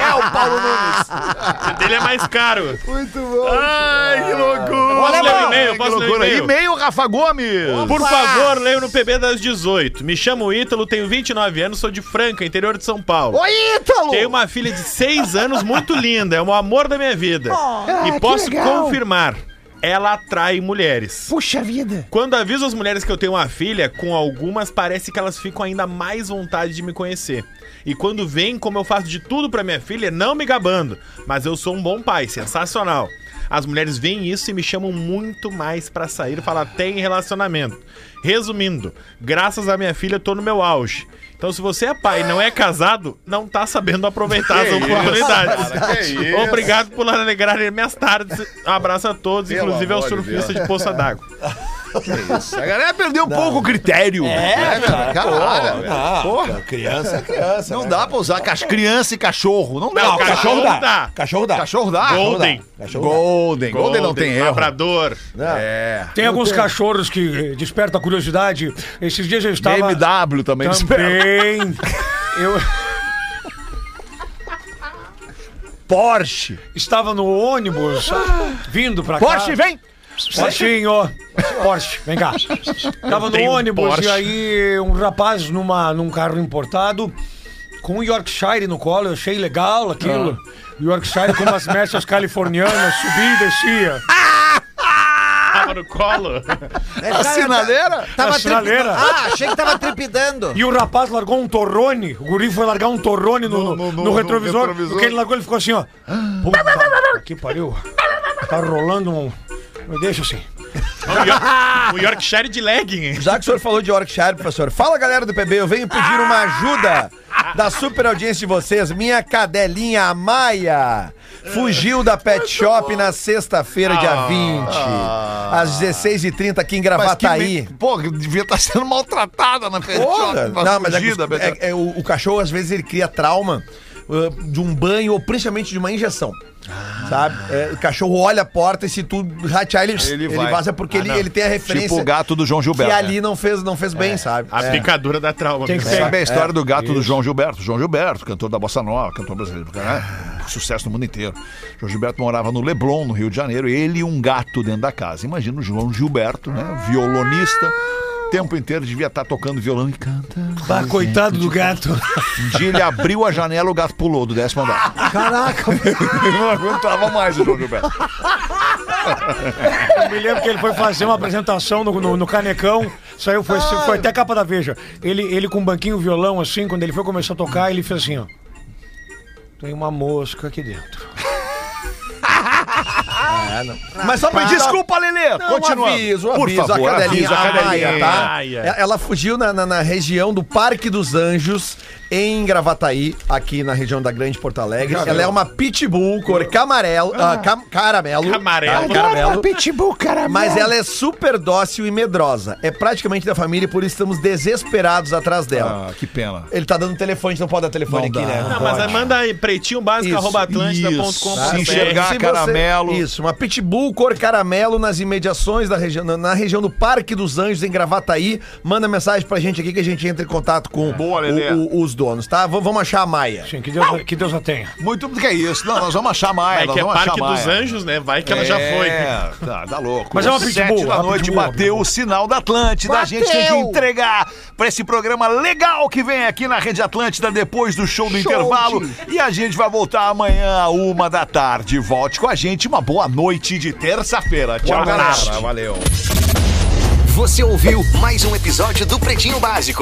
D: É o Paulo Nunes.
F: O dele é mais caro.
D: Muito bom. Ai, que loucura.
F: Posso ler o
D: Ai,
F: e-mail?
D: que
F: Posso ler o
D: loucura.
F: e-mail?
D: E-mail, Rafa Gomes.
F: Por favor, leio no PB das 18. Me chamo Ítalo, tenho 29 anos, sou de Franca, interior de São Paulo.
L: Ô, Ítalo!
F: Tenho uma filha de 6 anos muito linda, é o amor da minha vida.
L: ah,
F: e
L: que
F: posso
L: legal.
F: confirmar, ela atrai mulheres.
L: Puxa vida.
F: Quando aviso as mulheres que eu tenho uma filha, com algumas parece que elas ficam ainda mais vontade de me conhecer. E quando vem, como eu faço de tudo pra minha filha, não me gabando, mas eu sou um bom pai, sensacional. As mulheres veem isso e me chamam muito mais pra sair, falar até em relacionamento. Resumindo, graças à minha filha, eu tô no meu auge. Então, se você é pai e não é casado, não tá sabendo aproveitar as oportunidades. Obrigado por alegrarem minhas tardes. Abraço a todos,
D: Pelo
F: inclusive ao
D: amor de
F: surfista de Poça d'Água.
D: A galera perdeu um pouco o critério.
E: É,
D: né, cara,
E: cara,
D: caralho,
E: pô,
D: velho.
G: Ah,
E: não,
D: Porra.
E: criança é criança,
D: Não
E: né,
D: dá
E: cara?
D: pra usar cach- criança e cachorro. Não dá.
E: Não,
D: cara.
E: cachorro dá. Cachorro dá.
D: Cachorro dá.
E: Golden.
D: Cachorro dá. Golden. Golden. não tem erro.
F: Labrador.
D: É.
G: Tem alguns cachorros que eh, despertam a curiosidade. Esses dias eu estava.
D: BMW também
G: Também. eu.
D: Porsche.
G: Estava no ônibus vindo pra
D: Porsche,
G: cá.
D: vem!
G: Porchinho! Porsche, vem cá. Tava no
F: tenho um
G: ônibus
F: Porsche.
G: e aí um rapaz numa, num carro importado com um Yorkshire no colo, eu achei legal aquilo. Yorkshire com umas mechas californianas, subia e descia.
F: Tava no colo.
D: A sinaleira?
I: Tava
G: Na sinaleira.
I: trepidando. Ah, achei que tava trepidando.
G: E o rapaz largou um torrone, o guri foi largar um torrone no, no, no
D: no
G: retrovisor,
D: retrovisor.
G: porque ele largou, ele ficou assim, ó. Puta que pariu. Tá rolando um... Me deixa assim.
F: Um Yor- um Yorkshire de legging.
E: Já que o senhor falou de Yorkshire, professor, fala galera do PB, eu venho pedir uma ajuda da super audiência de vocês. Minha cadelinha a Maia fugiu da pet shop na sexta-feira, dia 20, às 16h30 aqui em
D: Ah. Mas que
E: Gravataí.
D: me- Pô, devia estar sendo maltratada na pet shop.
E: Porra!
D: uma
E: Não, mas é que os-
D: fugida, Beto.
E: é- é o, o cachorro, às vezes, ele cria trauma uh, de um banho ou principalmente de uma injeção.
D: Ah.
E: Sabe? É, o cachorro olha a porta e se tu ratear ele,
D: Ele
E: ele,
D: vai. Ah,
E: vaza porque ele, ele tem a referência.
D: Tipo o gato do João
E: que
D: Gilberto. né?
E: ali não fez, não fez bem, sabe?
F: A
E: É.
F: picadura da trauma.
G: Tem que
F: meu.
G: ser.
D: Sabe a história do gato do João Gilberto? João Gilberto, cantor da Bossa Nova, cantor brasileiro, né? sucesso no mundo inteiro. João Gilberto morava no Leblon, no Rio de Janeiro, ele e um gato dentro da casa. Imagina o João Gilberto, né? Violonista, tempo inteiro devia estar tocando violão e canta.
G: Bah, coitado do gato.
D: Um dia ele abriu a janela, o gato pulou do décimo andar.
G: Caraca,
D: Ele não aguentava mais o João Gilberto.
G: Eu me lembro que ele foi fazer uma apresentação no, no- no Canecão. Saiu, foi, foi até capa da Veja. Ele, ele com um banquinho violão, assim, quando ele foi começar a tocar, ele fez assim, ó. Tem uma mosca aqui dentro.
E: Mas só pra
D: Desculpa, Lelê.
E: Continua.
D: Continua.
E: Aviso,
D: Por
E: aviso,
D: favor,
E: a cadelinha,
D: avisa a
E: a
D: cadelinha.
E: Maia, tá?
F: Maia.
E: Ela- Ela fugiu na, na- na região do Parque dos Anjos, em Gravataí, aqui na região da Grande Porto Alegre. Ela é uma pitbull cor camarelo, ah, cam- caramelo.
F: Camarelo.
E: tá? Caramelo.
L: Pitbull, cara.
E: Mas ela é super dócil e medrosa. É praticamente da família, por isso estamos desesperados atrás dela.
D: Ah, que pena.
E: Ele tá dando telefone, não pode dar telefone
D: Não
E: aqui,
D: dá.
E: né?
F: Não, mas aí manda aí, pretinho básico,
E: Isso,
F: arroba
D: isso. Tá. Se
F: atlântida.com.br.
D: enxergar
E: Se você-
D: caramelo.
E: Isso, uma pitbull cor caramelo nas imediações da região, na, na região do Parque dos Anjos, em Gravataí. Manda mensagem pra gente aqui que a gente entra em contato com
D: Boa,
E: o-
D: Lelê.
E: o- os donos, tá? V- vamos achar a Maia.
G: Sim, que Deus, que Deus a tenha.
D: Muito do que é isso. Não, nós vamos achar mais.
F: Vai
D: nós
F: que é
D: vamos achar
F: Parque
D: mais.
F: dos Anjos, né? Vai que ela já foi.
D: É, tá, tá louco.
G: Mas é uma
D: Sete
G: pitbull, é
D: da
G: uma
D: noite
G: pitbull,
D: bateu
G: pitbull.
D: o sinal da Atlântida. A gente tem que entregar pra esse programa legal que vem aqui na Rede Atlântida depois do show do intervalo. E a gente vai voltar amanhã, à uma da tarde. Volte com a gente. Uma boa noite de terça-feira. Tchau, galera. Valeu.
M: Você ouviu mais um episódio do Pretinho Básico.